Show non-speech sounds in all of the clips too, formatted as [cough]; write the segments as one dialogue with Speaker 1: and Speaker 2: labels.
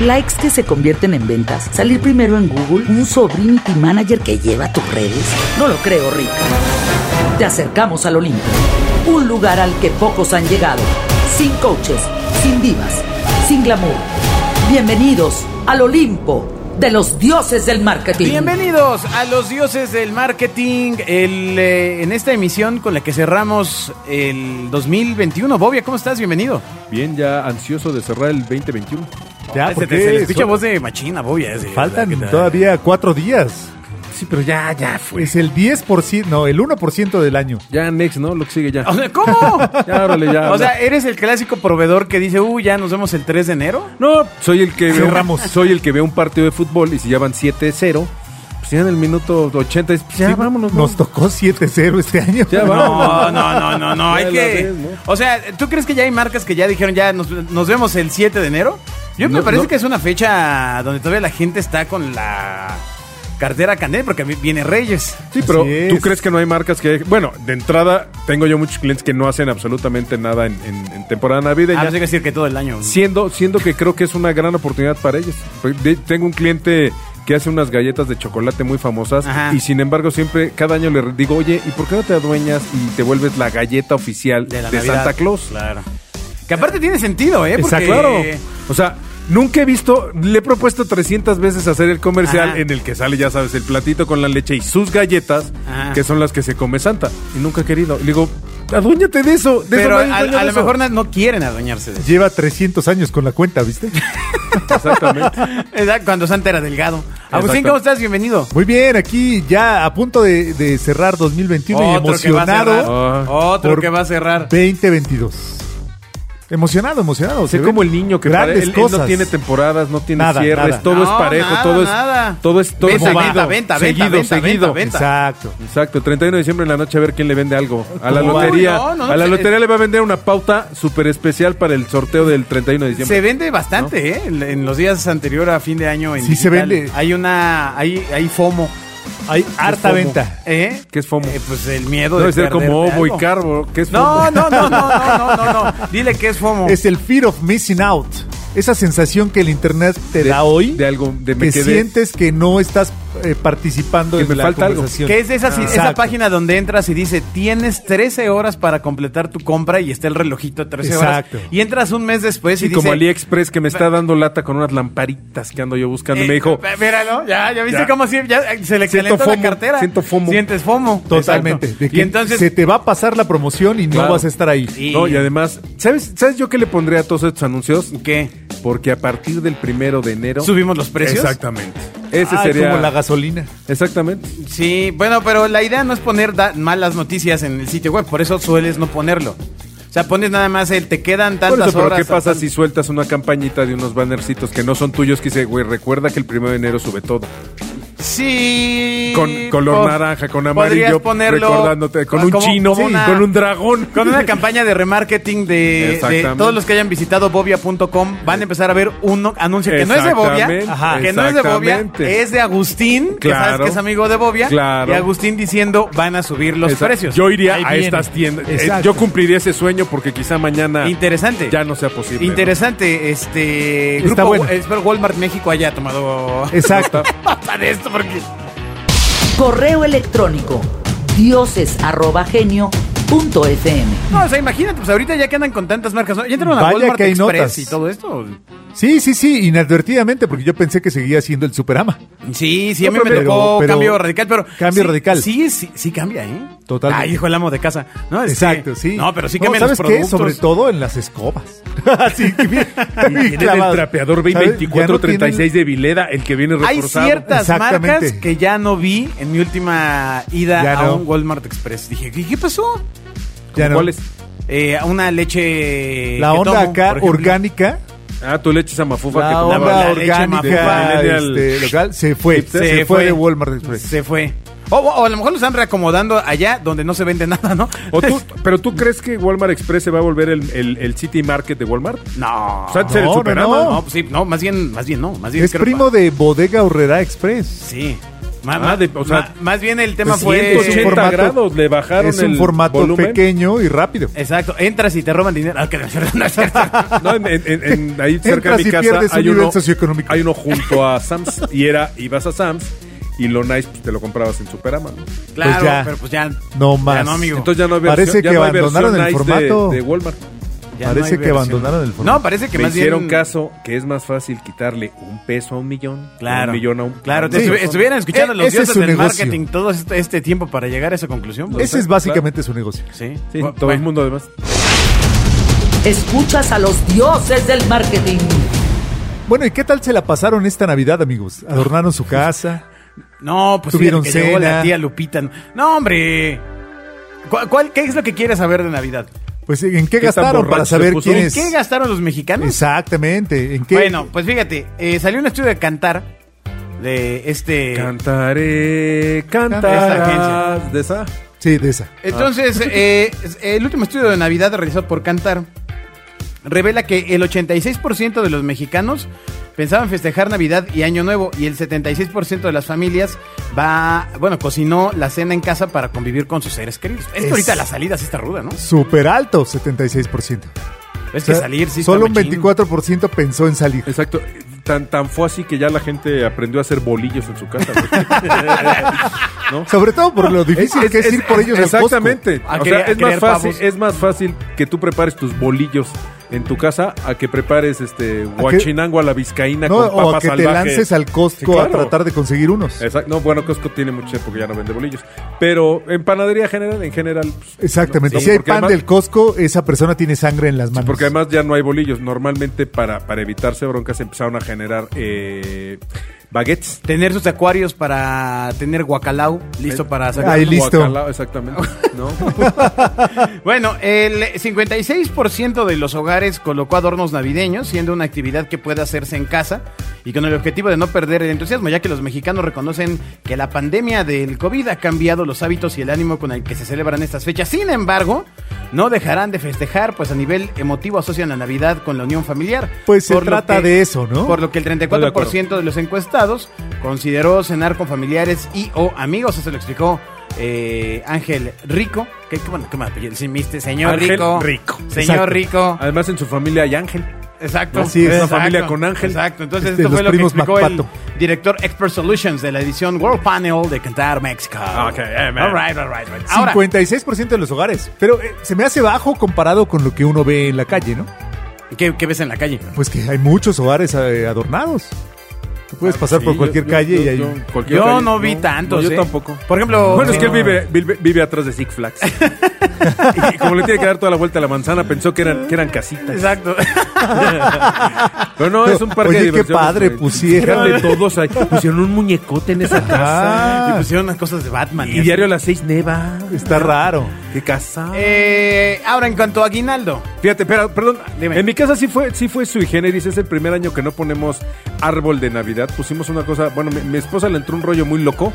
Speaker 1: likes que se convierten en ventas, salir primero en Google, un sobrinity manager que lleva tus redes. No lo creo, Rick. Te acercamos al Olimpo, un lugar al que pocos han llegado, sin coaches, sin divas, sin glamour. Bienvenidos al Olimpo de los dioses del marketing.
Speaker 2: Bienvenidos a los dioses del marketing el, eh, en esta emisión con la que cerramos el 2021. Bobia, ¿cómo estás? Bienvenido.
Speaker 3: Bien, ya ansioso de cerrar el 2021. Ah,
Speaker 2: Ya, se, te, se le escucha voz de machina, Bobia. es de- ¿qué
Speaker 4: Faltan
Speaker 2: tal?
Speaker 4: todavía cuatro días.
Speaker 3: Sí, pero ya, ya fue.
Speaker 4: Es el 10%, no, el 1% del año.
Speaker 3: Ya next, ¿no? Lo que sigue ya.
Speaker 2: O sea, ¿Cómo?
Speaker 3: [laughs] Ya, órale, ya.
Speaker 2: O sea, ¿eres el clásico proveedor que dice, uh, ya nos vemos el 3 de enero?
Speaker 3: no, soy el que
Speaker 4: Cerramos.
Speaker 3: Ve, soy el que ve un partido de fútbol y si ya van 7-0, pues ya en el minuto 80 es, pues ya
Speaker 4: Sí,
Speaker 3: vámonos.
Speaker 4: Nos
Speaker 3: ¿no?
Speaker 4: tocó 7-0 este año.
Speaker 3: Ya va.
Speaker 2: No, no, no, no, no, hay
Speaker 3: Ya la
Speaker 2: que...
Speaker 3: ves, ¿no?
Speaker 2: O sea, ¿tú crees que ya hay marcas que ya dijeron, ya nos, nos vemos el 7 de enero? Yo me
Speaker 3: No,
Speaker 2: parece
Speaker 3: no.
Speaker 2: que es una fecha donde todavía la gente está con la cartera candel, porque viene Reyes.
Speaker 3: Sí, pero
Speaker 4: Así
Speaker 3: ¿tú
Speaker 4: es.
Speaker 3: crees que no hay marcas que... Bueno, de entrada, tengo yo muchos clientes que no hacen absolutamente nada en, en- en temporada navideña.
Speaker 2: Ah, no sé qué decir que todo el año.
Speaker 3: siendo, siendo que creo que es una gran oportunidad para ellos. De- Tengo un cliente que hace unas galletas de chocolate muy famosas
Speaker 2: Ajá.
Speaker 3: y sin embargo siempre cada año le digo, oye, ¿y por qué no te adueñas y te vuelves la galleta oficial de,
Speaker 2: la Navidad.
Speaker 3: Santa Claus?
Speaker 2: Claro. Que aparte tiene sentido, ¿eh?
Speaker 3: Exacto.
Speaker 2: Porque-
Speaker 3: Claro. O sea, nunca he visto, le he propuesto 300 veces hacer el comercial
Speaker 2: Ajá.
Speaker 3: en el que sale, ya sabes, el platito con la leche y sus galletas,
Speaker 2: Ajá.
Speaker 3: que son las que se come Santa. Y nunca he querido. Y le digo, aduéñate de eso. De
Speaker 2: Pero
Speaker 3: eso nadie
Speaker 2: a,
Speaker 3: es dueño
Speaker 2: a
Speaker 3: de
Speaker 2: lo
Speaker 3: eso".
Speaker 2: mejor na- no quieren adueñarse de eso.
Speaker 4: [laughs] Lleva 300 años con la cuenta, ¿viste?
Speaker 3: Exactamente.
Speaker 2: [laughs] Exacto, Cuando Santa era delgado. Agustín,
Speaker 3: Exacto.
Speaker 2: ¿cómo estás? Bienvenido.
Speaker 4: Muy bien, aquí ya a punto de, de cerrar 2021 y
Speaker 2: que va a cerrar.
Speaker 4: emocionado.
Speaker 3: Ah.
Speaker 2: Otro
Speaker 4: por
Speaker 2: que va a cerrar.
Speaker 4: 2022. Emocionado, emocionado.
Speaker 3: Sé
Speaker 4: se
Speaker 3: como
Speaker 4: ven
Speaker 3: el niño que
Speaker 4: grandes
Speaker 3: pare- él, él
Speaker 4: cosas.
Speaker 3: no tiene temporadas, no tiene
Speaker 4: Nada,
Speaker 3: cierres,
Speaker 4: nada.
Speaker 3: todo es
Speaker 2: No,
Speaker 3: parejo,
Speaker 2: nada,
Speaker 3: todo es
Speaker 2: nada.
Speaker 3: todo es todo
Speaker 2: Venta,
Speaker 3: es seguido,
Speaker 2: venta, venta,
Speaker 3: seguido,
Speaker 2: venta, venta,
Speaker 3: seguido.
Speaker 2: venta.
Speaker 4: Exacto.
Speaker 3: Exacto, 31 de diciembre en la noche a ver quién le vende algo. A la
Speaker 4: ¿Cómo va?
Speaker 3: lotería,
Speaker 2: Uy, no, no, no,
Speaker 3: a la
Speaker 2: se-
Speaker 3: lotería le va a vender una pauta súper especial para el sorteo del 31 de diciembre.
Speaker 2: Se vende bastante, ¿eh? En- En los días anterior a fin de año. En
Speaker 4: Sí, se vende.
Speaker 2: Hay una. Hay, hay FOMO.
Speaker 4: Hay harta
Speaker 3: FOMO.
Speaker 4: venta.
Speaker 2: ¿Eh?
Speaker 3: ¿Qué es FOMO?
Speaker 2: Eh, pues el miedo
Speaker 3: no
Speaker 2: de.
Speaker 3: debe ser
Speaker 2: perderte
Speaker 3: como ovo y
Speaker 2: algo.
Speaker 3: carbo, que es
Speaker 2: No,
Speaker 3: FOMO.
Speaker 2: no, no, no, no, no, no, no. Dile que es
Speaker 3: [laughs]
Speaker 2: FOMO.
Speaker 4: Es el fear of missing out. Esa sensación que el internet te
Speaker 3: De-
Speaker 4: da hoy.
Speaker 3: de algo de me
Speaker 4: que
Speaker 3: quedé.
Speaker 4: sientes que no estás eh, participando
Speaker 3: Que
Speaker 4: en
Speaker 3: me
Speaker 4: la
Speaker 3: falta algo.
Speaker 4: conversación.
Speaker 2: Que es esa, si- esa
Speaker 4: Exacto.
Speaker 2: página donde entras y dice, tienes 13 horas para completar tu compra y está el relojito 13
Speaker 4: Exacto.
Speaker 2: horas. Y entras un mes después
Speaker 3: Sí,
Speaker 2: y dice...
Speaker 3: como AliExpress que me está dando lata con unas lamparitas que ando yo buscando. y
Speaker 2: eh,
Speaker 3: me dijo,
Speaker 2: Míralo, ya, ya viste
Speaker 3: Ya.
Speaker 2: cómo si- ya, eh, se le
Speaker 3: Siento
Speaker 2: calentó la
Speaker 3: FOMO,
Speaker 2: cartera.
Speaker 3: siento FOMO.
Speaker 2: Sientes FOMO.
Speaker 4: Totalmente.
Speaker 2: Exacto.
Speaker 4: De
Speaker 2: Y
Speaker 4: que
Speaker 2: entonces...
Speaker 4: se te va a pasar la promoción y
Speaker 3: Claro.
Speaker 4: no vas a estar ahí.
Speaker 2: Sí.
Speaker 3: no, y además, ¿sabes, ¿sabes yo qué le pondría a todos estos anuncios?
Speaker 2: ¿Qué?
Speaker 3: Porque a partir del primero de enero
Speaker 2: ¿Subimos los precios? Ah,
Speaker 3: Exactamente. Ese
Speaker 4: Ay,
Speaker 3: sería.
Speaker 4: como
Speaker 3: [laughs]
Speaker 4: la gasolina.
Speaker 3: Exactamente.
Speaker 2: Sí, bueno, pero la idea no es poner da- malas noticias en el sitio web, por eso sueles no ponerlo. O sea, pones nada más el te quedan
Speaker 3: Por
Speaker 2: tantas
Speaker 3: eso, pero
Speaker 2: horas.
Speaker 3: ¿qué pasa
Speaker 2: tan-
Speaker 3: si sueltas una campañita de unos bannercitos que no son tuyos que dice, güey, recuerda que el primero de enero sube todo?
Speaker 2: Sí.
Speaker 3: Con color
Speaker 2: po-
Speaker 3: naranja, con
Speaker 2: podrías
Speaker 3: amarillo,
Speaker 2: ponerlo ah,
Speaker 3: recordándote, con un
Speaker 2: como-
Speaker 3: chino,
Speaker 2: como una-
Speaker 3: con un dragón.
Speaker 2: Con una campaña de remarketing de,
Speaker 3: Exactamente.
Speaker 2: de todos los que hayan visitado bobia.com van a empezar a ver un anuncio que no es de Bobia,
Speaker 3: Exactamente,
Speaker 2: ajá, que no es de Bobia,
Speaker 3: exactamente.
Speaker 2: es de Agustín, que
Speaker 3: Claro.
Speaker 2: sabes que es amigo de Bobia,
Speaker 3: Claro.
Speaker 2: y Agustín diciendo van a subir los
Speaker 3: Exacto.
Speaker 2: precios.
Speaker 3: Yo iría
Speaker 4: Ahí
Speaker 3: a
Speaker 4: viene.
Speaker 3: estas tiendas. Eh,
Speaker 4: Exacto.
Speaker 3: yo cumpliría ese sueño porque quizá mañana
Speaker 2: Interesante.
Speaker 3: ya no sea posible. ¿no?
Speaker 2: Interesante, este
Speaker 4: Está
Speaker 2: grupo,
Speaker 4: bueno.
Speaker 2: espero Walmart México haya tomado [laughs]
Speaker 4: Exacto.
Speaker 2: nota de esto porque
Speaker 1: Correo electrónico dioses@genio.fm.
Speaker 2: no, o sea, imagínate, pues ahorita ya que andan con tantas marcas, ¿no? ya entraron a
Speaker 4: Vaya
Speaker 2: Walmart
Speaker 4: que hay
Speaker 2: Express
Speaker 4: notas.
Speaker 2: y todo esto.
Speaker 4: Sí, sí, sí, inadvertidamente, porque yo pensé que seguía siendo el superama.
Speaker 2: Sí, sí, a mí
Speaker 4: No,
Speaker 2: me
Speaker 4: pero-
Speaker 2: tocó
Speaker 4: pero-
Speaker 2: cambio radical, pero.
Speaker 4: Cambio
Speaker 2: sí,
Speaker 4: radical.
Speaker 2: Sí, sí, sí cambia, ¿eh?
Speaker 4: Totalmente.
Speaker 2: Ay, dijo el amo de casa. No, es que-
Speaker 4: Exacto, sí.
Speaker 2: Ah, No, pero sí
Speaker 4: que
Speaker 2: cambian
Speaker 4: ¿Sabes
Speaker 2: los
Speaker 4: qué?
Speaker 2: productos.
Speaker 4: Sobre todo en las escobas. [laughs] Así que
Speaker 2: [laughs]
Speaker 4: bien- bien
Speaker 3: Tienen
Speaker 4: clavado.
Speaker 3: el trapeador
Speaker 4: ¿Sabes? Ya no tienen-
Speaker 3: 2436 de Vileda, el que viene
Speaker 2: Hay
Speaker 3: reforzado.
Speaker 2: ciertas
Speaker 4: Exactamente.
Speaker 2: marcas que ya no vi en mi última ida
Speaker 4: Ya
Speaker 2: a
Speaker 4: no.
Speaker 2: un Walmart Express. Dije, ¿qué, qué pasó?
Speaker 4: ya no.
Speaker 3: ¿Cuál es?
Speaker 2: Eh, una leche.
Speaker 4: La
Speaker 2: que
Speaker 4: onda
Speaker 2: tomo,
Speaker 4: acá
Speaker 2: por ejemplo.
Speaker 4: orgánica,
Speaker 3: Ah, tú le echas a mafufa que
Speaker 4: la
Speaker 3: tomaba
Speaker 2: tomaba
Speaker 4: onda
Speaker 2: la leche
Speaker 4: orgánica
Speaker 3: mafufa,
Speaker 4: este,
Speaker 3: el-
Speaker 4: local, se fue,
Speaker 3: Se
Speaker 4: se,
Speaker 2: fue.
Speaker 4: fue de Walmart Express.
Speaker 2: Se fue. O, o a lo mejor lo están reacomodando allá donde no se vende nada, ¿no? [laughs]
Speaker 3: O tú- pero tú crees que Walmart Express se va a volver el, el- el City Market de Walmart?
Speaker 2: No.
Speaker 3: O sea, antes era el
Speaker 4: Ah, No, no,
Speaker 3: Superama.
Speaker 4: no.
Speaker 2: No, pues sí, no, más bien, más bien no. Más bien
Speaker 4: Es
Speaker 2: creo-
Speaker 4: primo de pues Bodega Horrera Express.
Speaker 2: Sí. Ma-
Speaker 3: Ah,
Speaker 2: ma-
Speaker 3: de- o sea,
Speaker 2: ma- más bien el tema fue...
Speaker 3: 180
Speaker 4: formato-
Speaker 3: Pues, grados, le bajaron
Speaker 4: Es un
Speaker 3: el
Speaker 4: formato
Speaker 3: volumen.
Speaker 4: pequeño y rápido.
Speaker 2: Exacto, entras y te roban dinero. Ah, que no es cierto, no es
Speaker 4: [laughs]
Speaker 2: cierto.
Speaker 4: Pues
Speaker 3: No, en- en- en- en- ahí cerca
Speaker 4: Entras
Speaker 3: de
Speaker 4: y
Speaker 3: mi casa
Speaker 4: pierdes un
Speaker 3: hay
Speaker 4: nivel
Speaker 3: uno,
Speaker 4: socioeconómico.
Speaker 3: hay uno junto a Sam's y era, ibas a Sam's y lo nice pues, te lo comprabas en Superama. ¿no?
Speaker 2: Claro,
Speaker 4: Pues ya.
Speaker 2: pero pues ya...
Speaker 4: No
Speaker 2: ya
Speaker 4: más.
Speaker 2: no, amigo.
Speaker 3: Entonces ya no hay
Speaker 4: Parece
Speaker 3: versión- ya
Speaker 4: que
Speaker 3: no hay versión
Speaker 4: abandonaron el
Speaker 3: de-
Speaker 4: formato.
Speaker 3: de Walmart.
Speaker 2: Ya no hay
Speaker 4: Parece que
Speaker 2: versión.
Speaker 4: abandonaron el formato.
Speaker 2: No, parece que
Speaker 3: Me
Speaker 2: más
Speaker 3: hicieron
Speaker 2: bien...
Speaker 3: caso que es más fácil quitarle un peso a un millón, que
Speaker 2: Claro,
Speaker 3: un millón a un
Speaker 2: claro, te
Speaker 4: Sí.
Speaker 2: estuvi- estuvieran escuchando
Speaker 4: E-
Speaker 2: los
Speaker 4: ese es
Speaker 2: dioses
Speaker 4: su
Speaker 2: del
Speaker 4: negocio.
Speaker 2: marketing todo este, este tiempo para llegar a esa conclusión. pues.
Speaker 4: Ese es básicamente su negocio.
Speaker 2: sí,
Speaker 3: Sí,
Speaker 2: Bu-
Speaker 3: todo el
Speaker 2: bueno.
Speaker 3: mundo además.
Speaker 1: Escuchas a los dioses del marketing.
Speaker 4: Bueno, ¿y qué tal se la pasaron esta Navidad, amigos? Adornaron su casa.
Speaker 2: No, pues
Speaker 4: Tuvieron
Speaker 2: fíjate que llegó la
Speaker 4: cena.
Speaker 2: tía Lupita. No, hombre. ¿Cuál, cuál- qué es lo que quieres saber de Navidad?
Speaker 4: Pues, ¿en qué,
Speaker 3: ¿Qué tan
Speaker 4: gastaron
Speaker 3: borracho
Speaker 4: para
Speaker 3: se
Speaker 4: saber
Speaker 3: puso?
Speaker 4: quién
Speaker 2: ¿En
Speaker 4: es?
Speaker 2: qué gastaron los mexicanos?
Speaker 4: Exactamente. ¿En qué?
Speaker 2: Bueno, pues fíjate, eh, salió un estudio de cantar de este.
Speaker 3: Cantaré,
Speaker 2: Esta
Speaker 3: cantarás de esa.
Speaker 4: Sí, de esa.
Speaker 2: Entonces,
Speaker 4: Ah.
Speaker 2: eh, es- el último estudio de Navidad realizado por Cantar revela que el 86% de los mexicanos pensaban festejar Navidad y Año Nuevo y el 76% de las familias va, bueno, cocinó la cena en casa para convivir con sus seres queridos. Es que
Speaker 4: Es-
Speaker 2: ahorita la salida sí está ruda, ¿no?
Speaker 4: Súper alto, 76%.
Speaker 2: Es
Speaker 4: O
Speaker 2: que
Speaker 4: sea,
Speaker 2: salir sí está
Speaker 4: Solo un
Speaker 2: machín.
Speaker 4: 24% pensó en salir.
Speaker 3: Exacto. Tan, tan fue así que ya la gente aprendió a hacer bolillos en su casa. güey. ¿No?
Speaker 4: Sobre todo por lo difícil que [laughs] es, ir por ellos al Costco.
Speaker 3: Exactamente.
Speaker 2: A
Speaker 3: o
Speaker 2: crear-
Speaker 3: sea, es
Speaker 2: crear
Speaker 3: más, fácil,
Speaker 2: pavos.
Speaker 3: es más fácil que tú prepares tus bolillos en tu casa a que prepares este guachinango a la vizcaína
Speaker 4: No,
Speaker 3: con
Speaker 4: o
Speaker 3: papas
Speaker 4: a que te
Speaker 3: salvaje.
Speaker 4: lances al Costco
Speaker 3: Sí, claro. Eh,
Speaker 4: a tratar de conseguir unos.
Speaker 3: Exacto. No, bueno, Costco tiene mucho tiempo que ya no vende bolillos. Pero en panadería general, en general. pues,
Speaker 4: Exactamente.
Speaker 3: no,
Speaker 4: si hay
Speaker 3: porque
Speaker 4: pan
Speaker 3: además-
Speaker 4: del Costco, esa persona tiene sangre en las manos.
Speaker 3: Porque además ya no hay bolillos. Normalmente para, para evitarse broncas empezaron a generar eh, baguettes.
Speaker 2: Tener sus acuarios para tener guacalao listo
Speaker 3: Eh,
Speaker 2: para sacar.
Speaker 4: Ahí listo.
Speaker 3: Guacalao, exactamente.
Speaker 2: [laughs]
Speaker 3: ¿no?
Speaker 2: Bueno, el 56% de los hogares colocó adornos navideños, siendo una actividad que puede hacerse en casa y con el objetivo de no perder el entusiasmo, ya que los mexicanos reconocen que la pandemia del COVID ha cambiado los hábitos y el ánimo con el que se celebran estas fechas. Sin embargo, no dejarán de festejar, pues a nivel emotivo asocian la Navidad con la unión familiar.
Speaker 4: Pues se
Speaker 2: Por lo
Speaker 4: trata
Speaker 2: que-
Speaker 4: de eso, ¿no?
Speaker 2: Por lo que el 34% de los encuestados consideró cenar con familiares y o amigos. Eso lo explicó eh, Ángel Rico. Que, que bueno, qué mal apellido. Sí, mister, señor
Speaker 3: Ángel
Speaker 2: Rico.
Speaker 3: Rico. Ah,
Speaker 2: Señor
Speaker 4: Exacto.
Speaker 2: Rico.
Speaker 3: Además en su familia hay ángel.
Speaker 2: Exacto.
Speaker 4: Así es, una
Speaker 2: Exacto.
Speaker 3: familia con Ángel.
Speaker 2: Exacto. Entonces,
Speaker 4: Este,
Speaker 2: esto fue
Speaker 4: los
Speaker 2: lo que
Speaker 4: primos
Speaker 2: explicó el
Speaker 4: MacPato.
Speaker 2: director Expert Solutions de la edición World Panel de Cantar México.
Speaker 3: Ok, eh, man.
Speaker 2: All right, all right, all right. Ahora,
Speaker 4: 56% de los hogares. Pero eh, se me hace bajo comparado con lo que uno ve en la calle, ¿no?
Speaker 2: ¿qué, qué ves en la calle?
Speaker 4: Pues que hay muchos hogares eh, adornados. Tú puedes pasar
Speaker 3: Ah, Sí,
Speaker 4: por
Speaker 3: yo-
Speaker 4: cualquier
Speaker 3: yo-
Speaker 4: calle
Speaker 3: yo-
Speaker 4: y hay...
Speaker 3: yo- cualquier
Speaker 2: Yo
Speaker 3: calle,
Speaker 2: no vi tantos,
Speaker 3: yo
Speaker 2: ¿eh?
Speaker 3: tampoco.
Speaker 2: Por ejemplo,
Speaker 3: Bueno, es que él
Speaker 2: no.
Speaker 3: vive, vive, vive atrás de Six Flags. y como le tiene que dar toda la vuelta a la manzana, pensó que eran, que eran casitas.
Speaker 2: Exacto.
Speaker 3: Pero no, es un parque
Speaker 4: Oye,
Speaker 3: de
Speaker 4: qué
Speaker 3: diversiones,
Speaker 4: padre
Speaker 3: güey.
Speaker 4: pusieron.
Speaker 3: Dejan de todos ahí. Pusieron un muñecote en esa casa.
Speaker 2: Y
Speaker 4: Ah,
Speaker 2: pusieron unas cosas de Batman.
Speaker 3: Y
Speaker 2: así.
Speaker 3: diario a las seis neva.
Speaker 4: está raro.
Speaker 3: Qué casa.
Speaker 2: Eh, ahora, en cuanto a Aguinaldo.
Speaker 3: Fíjate, pero, perdón,
Speaker 2: Dime.
Speaker 3: en mi casa sí fue, sí fue sui generis, es el primer año que no ponemos árbol de Navidad, pusimos una cosa, bueno, mi, mi esposa le entró un rollo muy loco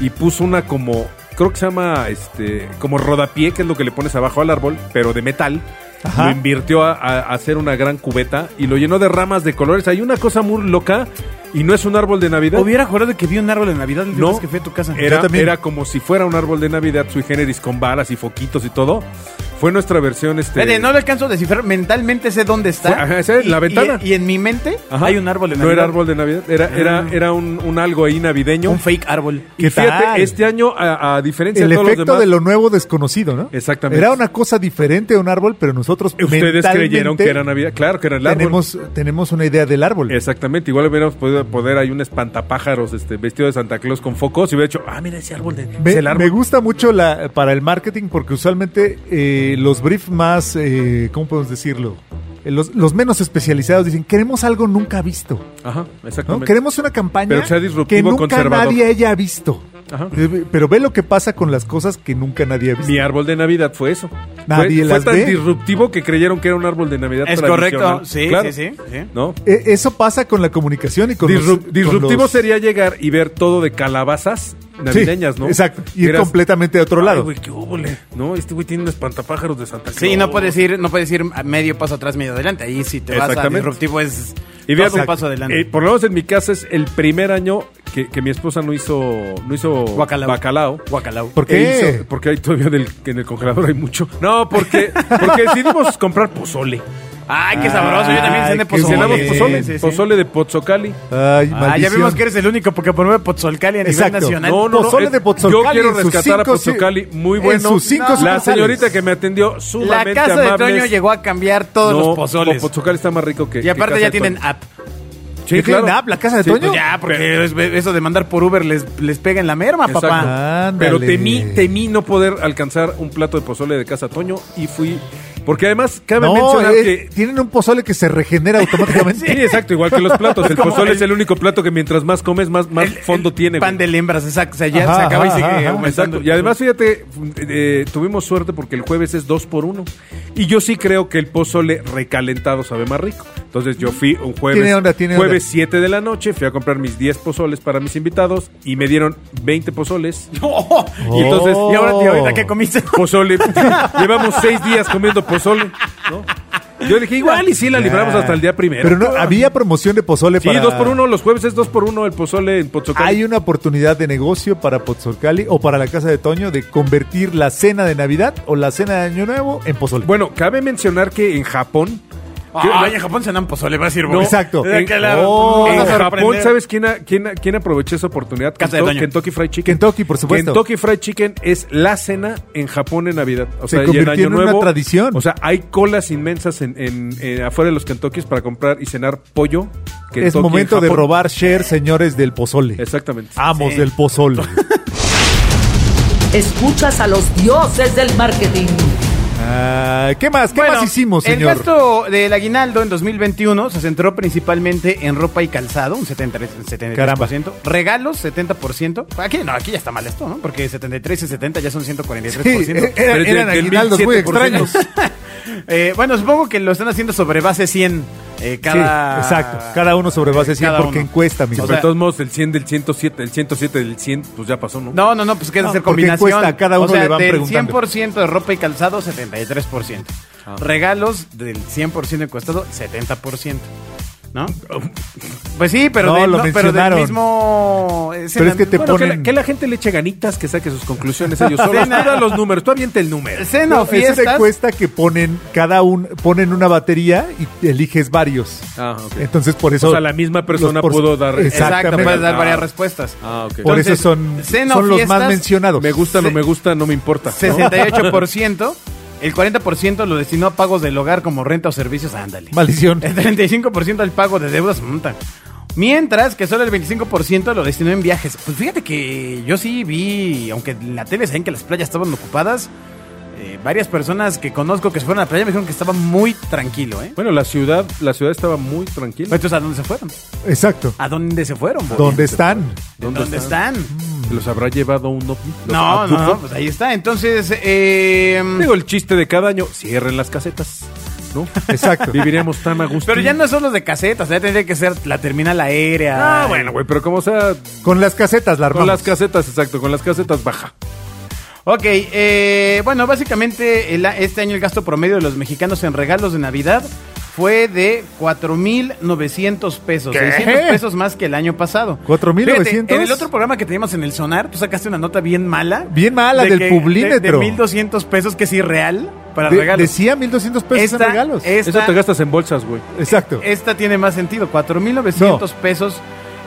Speaker 3: y puso una como, creo que se llama, este, como rodapié, que es lo que le pones abajo al árbol, pero de metal,
Speaker 4: Ajá.
Speaker 3: lo invirtió a, a- a hacer una gran cubeta y lo llenó de ramas de colores, hay una cosa muy loca y no es un árbol de Navidad.
Speaker 2: Hubiera jurado que vi un árbol de Navidad el día
Speaker 3: No,
Speaker 2: más que fui a tu casa.
Speaker 3: Era,
Speaker 4: Yo también.
Speaker 3: era como si fuera un árbol de Navidad sui generis con varas y foquitos y todo. Fue nuestra versión este.
Speaker 2: Fede, no lo alcanzo a descifrar. Mentalmente sé dónde está.
Speaker 3: Fue- ajá, sé,
Speaker 2: Y-
Speaker 3: la
Speaker 2: y-
Speaker 3: ventana.
Speaker 2: Y, en mi mente
Speaker 3: Ajá.
Speaker 2: hay un árbol de
Speaker 3: No
Speaker 2: Navidad. Ah.
Speaker 3: era árbol de Navidad, era, era, era un, un algo ahí navideño.
Speaker 2: Un fake árbol.
Speaker 3: Y
Speaker 4: ¿Qué
Speaker 3: fíjate,
Speaker 4: tal?
Speaker 3: este año, a, a diferencia
Speaker 4: El
Speaker 3: de todos los
Speaker 4: efecto
Speaker 3: demás,
Speaker 4: de lo nuevo desconocido, ¿no?
Speaker 3: Exactamente.
Speaker 4: Era una cosa diferente a un árbol, pero nosotros
Speaker 3: ustedes
Speaker 4: mentalmente
Speaker 3: creyeron que era Navidad. Claro que era el árbol.
Speaker 4: Tenemos, tenemos una idea del árbol.
Speaker 3: Exactamente, igual hubiéramos podido poner ahí un espantapájaros este, vestido de Santa Claus con focos y hubiera hecho, ah, mira ese árbol de es
Speaker 4: Me,
Speaker 3: el árbol.
Speaker 4: me gusta mucho la, para el marketing porque usualmente eh, los briefs más, eh, ¿cómo podemos decirlo? Eh, Los, los menos especializados dicen, queremos algo nunca visto.
Speaker 3: Ajá,
Speaker 4: ¿no?
Speaker 3: exactamente.
Speaker 4: Queremos una campaña
Speaker 3: Pero que sea
Speaker 4: que
Speaker 3: disruptivo,
Speaker 4: nunca
Speaker 3: conservador.
Speaker 4: nadie haya visto.
Speaker 3: Ajá.
Speaker 4: Eh, Pero ve lo que pasa con las cosas que nunca nadie ha visto.
Speaker 3: Mi árbol de Navidad fue eso. fue
Speaker 4: Nadie
Speaker 3: fue
Speaker 4: las
Speaker 3: tan
Speaker 4: ve.
Speaker 3: disruptivo que creyeron que era un árbol de Navidad.
Speaker 2: Es
Speaker 3: tradicional.
Speaker 2: correcto. Sí,
Speaker 3: Claro.
Speaker 2: sí, sí, sí.
Speaker 3: ¿No?
Speaker 4: Eh, Eso pasa con la comunicación y con los-
Speaker 3: Disrup-
Speaker 4: con
Speaker 3: disruptivo
Speaker 4: los-
Speaker 3: sería llegar y ver todo de calabazas navideñas,
Speaker 4: Sí,
Speaker 3: ¿no?
Speaker 4: Exacto. Ir
Speaker 3: Eras-
Speaker 4: completamente a otro
Speaker 3: Ay,
Speaker 4: lado.
Speaker 3: güey, qué óvole. No, este güey tiene un espantapájaros de Santa Claus.
Speaker 2: Sí, no puedes ir, no puedes ir a medio paso atrás, medio adelante. Ahí si te vas a
Speaker 3: Exactamente.
Speaker 2: disruptivo es
Speaker 3: Y eh,
Speaker 2: y
Speaker 3: veas
Speaker 2: un paso adelante.
Speaker 3: por lo menos en mi casa es el primer año que, que mi esposa no hizo, no hizo
Speaker 2: Guacalao.
Speaker 3: bacalao.
Speaker 2: Guacalao.
Speaker 4: ¿Por
Speaker 3: E
Speaker 4: qué?
Speaker 3: hizo- porque hay todavía del- en el congelador hay mucho. No,
Speaker 2: [laughs]
Speaker 3: porque, porque decidimos comprar pozole.
Speaker 2: Ay, qué sabroso. Yo también cené
Speaker 4: Ay, qué
Speaker 2: pozole.
Speaker 3: Cenamos
Speaker 4: bien.
Speaker 3: pozole,
Speaker 2: Sí, sí, sí.
Speaker 3: pozole de Pozocali.
Speaker 4: Ay,
Speaker 2: Ah, ya
Speaker 4: maldición.
Speaker 2: vimos que eres el único porque ponme Pozzolcali a nivel
Speaker 4: Exacto.
Speaker 2: nacional.
Speaker 4: No, no, Pozole
Speaker 3: eh,
Speaker 4: de Pozocali
Speaker 3: Yo quiero
Speaker 4: en sus
Speaker 3: rescatar a
Speaker 4: cinco ci-
Speaker 3: Pozocali, muy
Speaker 4: en
Speaker 3: bueno.
Speaker 4: sus cinco
Speaker 3: la
Speaker 4: sucursales.
Speaker 3: señorita que me atendió
Speaker 2: La
Speaker 3: sumamente
Speaker 2: casa de
Speaker 3: amables.
Speaker 2: Toño llegó a cambiar todos
Speaker 3: No, pues,
Speaker 2: los pozoles.
Speaker 3: Pozocali está más rico que
Speaker 2: Y aparte ya tienen app.
Speaker 4: ¿Ya tienen app, la casa de Toño?
Speaker 2: Pues ya, porque es- eso de mandar por Uber les, les pega en la merma,
Speaker 3: pues, Exacto. Ah,
Speaker 2: papá.
Speaker 4: Ándale.
Speaker 3: Pero temí, temí no poder alcanzar un plato de pozole de casa Toño y fui. Porque además cabe
Speaker 4: No,
Speaker 3: mencionar
Speaker 4: eh, [laughs]
Speaker 3: que.
Speaker 4: tienen un pozole que
Speaker 3: [laughs]
Speaker 4: se regenera automáticamente.
Speaker 3: Sí, exacto, igual que los
Speaker 4: [laughs]
Speaker 3: platos. El pozole es el único plato que mientras más comes, más, más
Speaker 2: El-
Speaker 3: fondo
Speaker 2: el
Speaker 3: tiene. güey.
Speaker 2: Pan de lembras, exacto. O sea, ya
Speaker 4: Ajá,
Speaker 2: se acaba
Speaker 4: ajá,
Speaker 2: y sigue
Speaker 4: ajá.
Speaker 2: aumentando.
Speaker 3: Exacto. Y además, fíjate, eh, tuvimos suerte porque el jueves es dos por uno. Y yo sí creo que el pozole recalentado sabe más rico. Entonces yo fui un jueves,
Speaker 4: Tiene onda, tiene
Speaker 3: jueves
Speaker 4: onda.
Speaker 3: 7 de la noche, fui a comprar mis 10 pozoles para mis invitados y me dieron 20
Speaker 2: [laughs]
Speaker 3: pozoles.
Speaker 2: y entonces,
Speaker 4: Oh.
Speaker 2: ¿y ahora, tío, ahorita qué comiste?
Speaker 3: Pozole. [laughs] Llevamos seis días comiendo pozole, ¿no? Yo dije, igual y sí la libramos hasta el día primero.
Speaker 4: Ah. Pero no, había promoción de pozole
Speaker 3: Sí,
Speaker 4: para...
Speaker 3: dos por uno, los jueves es dos por uno el pozole en Pozzocali.
Speaker 4: Hay una oportunidad de negocio para Pozolcali o para la casa de Toño de convertir la cena de Navidad o la cena de Año Nuevo en pozole.
Speaker 3: Bueno, cabe mencionar que en Japón. que-
Speaker 2: Ay, en Japón cenan pozole, va a decir,
Speaker 3: No,
Speaker 2: güey.
Speaker 4: exacto.
Speaker 2: De que la-
Speaker 4: Oh.
Speaker 2: nos
Speaker 3: en
Speaker 2: vas a
Speaker 3: Japón,
Speaker 2: sorprender.
Speaker 3: ¿sabes quién, a- quién, a- quién aprovechó esa oportunidad?
Speaker 2: Casa de
Speaker 3: Kentucky,
Speaker 2: Toño.
Speaker 3: Kentucky Fried Chicken.
Speaker 4: Kentucky, por supuesto.
Speaker 3: Kentucky Fried Chicken es la cena en Japón en Navidad. O
Speaker 4: Se
Speaker 3: sea, y en
Speaker 4: convirtió
Speaker 3: Año
Speaker 4: en una
Speaker 3: Nuevo,
Speaker 4: tradición.
Speaker 3: O sea, hay colas inmensas en, en- en- afuera de los Kentuckys para comprar y cenar pollo. Kentucky
Speaker 4: es
Speaker 3: en
Speaker 4: momento de
Speaker 3: Japón.
Speaker 4: robar Ah, share, señores del pozole.
Speaker 3: Exactamente.
Speaker 4: Amos
Speaker 2: Sí.
Speaker 3: [laughs]
Speaker 4: del pozole.
Speaker 1: Escuchas a los dioses del marketing.
Speaker 4: Ah, ¿Qué más? ¿Qué
Speaker 2: Bueno,
Speaker 4: más hicimos,
Speaker 2: El
Speaker 4: señor?
Speaker 2: gasto del aguinaldo en 2021 se centró principalmente en ropa y calzado, un 73%, 73%,
Speaker 4: Caramba.
Speaker 2: regalos 70%. Aquí no, aquí ya está mal esto, ¿no? Porque 73 y 70 ya son 143%.
Speaker 4: Sí, eh, eran,
Speaker 3: Desde-
Speaker 4: eran
Speaker 3: del
Speaker 4: aguinaldos muy
Speaker 3: 17%.
Speaker 4: extraños.
Speaker 2: Eh, bueno, supongo que lo están haciendo sobre base 100 eh, cada...
Speaker 4: Sí, exacto. Cada uno sobre base 100
Speaker 2: Cada
Speaker 4: porque
Speaker 2: uno.
Speaker 3: Sí,
Speaker 4: encuesta, amigo.
Speaker 2: o
Speaker 3: pero
Speaker 2: sea-
Speaker 3: de todos modos, el 100 del 107, el 107 del 100, pues ya pasó, ¿no?
Speaker 2: No, no, no, pues que es
Speaker 4: No,
Speaker 2: hacer
Speaker 4: porque
Speaker 2: combinación.
Speaker 4: encuesta, cada uno
Speaker 2: o sea,
Speaker 4: le van
Speaker 2: del
Speaker 4: preguntando.
Speaker 2: 100% de ropa y calzado, 73%.
Speaker 3: Ah.
Speaker 2: Regalos del 100% encuestado, 70%. ¿No? Pues sí, pero,
Speaker 4: No,
Speaker 2: del,
Speaker 4: lo
Speaker 2: no, pero del
Speaker 4: mencionaron.
Speaker 2: mismo... eh,
Speaker 4: Pero es que te
Speaker 2: bueno,
Speaker 3: Bueno, que, la,
Speaker 4: ponen-
Speaker 3: que la gente le eche ganitas, que saque sus conclusiones
Speaker 4: [laughs]
Speaker 3: ellos solos. Tú
Speaker 2: Cena.
Speaker 3: da los números, tú avienta el número.
Speaker 2: Cena o
Speaker 4: No, es una
Speaker 2: fiestas...
Speaker 4: encuesta que ponen cada un ponen una batería y eliges varios.
Speaker 3: Ah, ok.
Speaker 4: Entonces por eso
Speaker 3: O sea, la misma persona
Speaker 4: los por-
Speaker 3: pudo dar-
Speaker 4: exactamente.
Speaker 2: Exacto, puedes dar
Speaker 3: Ah.
Speaker 2: varias respuestas.
Speaker 3: Ah, ok.
Speaker 4: por
Speaker 2: Entonces,
Speaker 4: eso son,
Speaker 2: cena o
Speaker 4: son los más
Speaker 2: fiestas,
Speaker 4: mencionados.
Speaker 3: Me gusta, no me gusta, no me importa. ¿no?
Speaker 2: 68%, el 40% lo destinó a pagos del hogar como renta o servicios, ándale.
Speaker 3: [laughs]
Speaker 4: Maldición.
Speaker 2: El 35% al pago de deudas, monta. Mientras que solo el 25% lo destinó en viajes. Pues fíjate que yo sí vi, aunque en la tele saben que las playas estaban ocupadas, eh, varias personas que conozco que se fueron a la playa me dijeron que estaba muy tranquilo, ¿eh?
Speaker 3: Bueno, la ciudad, la ciudad estaba muy tranquila.
Speaker 2: Entonces, ¿a dónde se fueron?
Speaker 4: Exacto.
Speaker 2: ¿A dónde se fueron? boy?
Speaker 4: ¿Dónde están?
Speaker 2: ¿Dónde, están?
Speaker 3: ¿Los habrá llevado un ovni? ¿Los
Speaker 2: No,
Speaker 3: abdujo?
Speaker 2: no, pues ahí está. Entonces, eh,
Speaker 3: Digo, el chiste de cada año, cierren las casetas,
Speaker 2: [laughs]
Speaker 3: ¿no?
Speaker 4: Exacto.
Speaker 3: Viviríamos tan a gusto.
Speaker 2: pero ya no son los de casetas, ya tendría que ser la terminal aérea.
Speaker 3: Ah, bueno, güey, pero como sea,
Speaker 4: Con las casetas la
Speaker 3: con
Speaker 4: armamos.
Speaker 3: las casetas, exacto, con las casetas baja.
Speaker 2: Ok, eh, bueno, básicamente el a- este año el gasto promedio de los mexicanos en regalos de Navidad fue de 4.900 pesos.
Speaker 4: ¿Qué?
Speaker 2: 600 pesos más que el año pasado.
Speaker 4: 4,900.
Speaker 2: Fíjate, En el otro programa que teníamos en el Sonar, tú sacaste una nota bien mala.
Speaker 4: Bien mala,
Speaker 2: de
Speaker 4: del
Speaker 2: que-
Speaker 4: Publímetro.
Speaker 2: De, de 1.200 pesos, que es irreal, para
Speaker 4: De-
Speaker 2: regalos.
Speaker 4: decía 1200 pesos en
Speaker 2: Esta-
Speaker 4: regalos.
Speaker 2: esta-
Speaker 3: Eso te gastas en bolsas, güey.
Speaker 4: Exacto.
Speaker 2: Esta tiene más sentido, 4.900 pesos,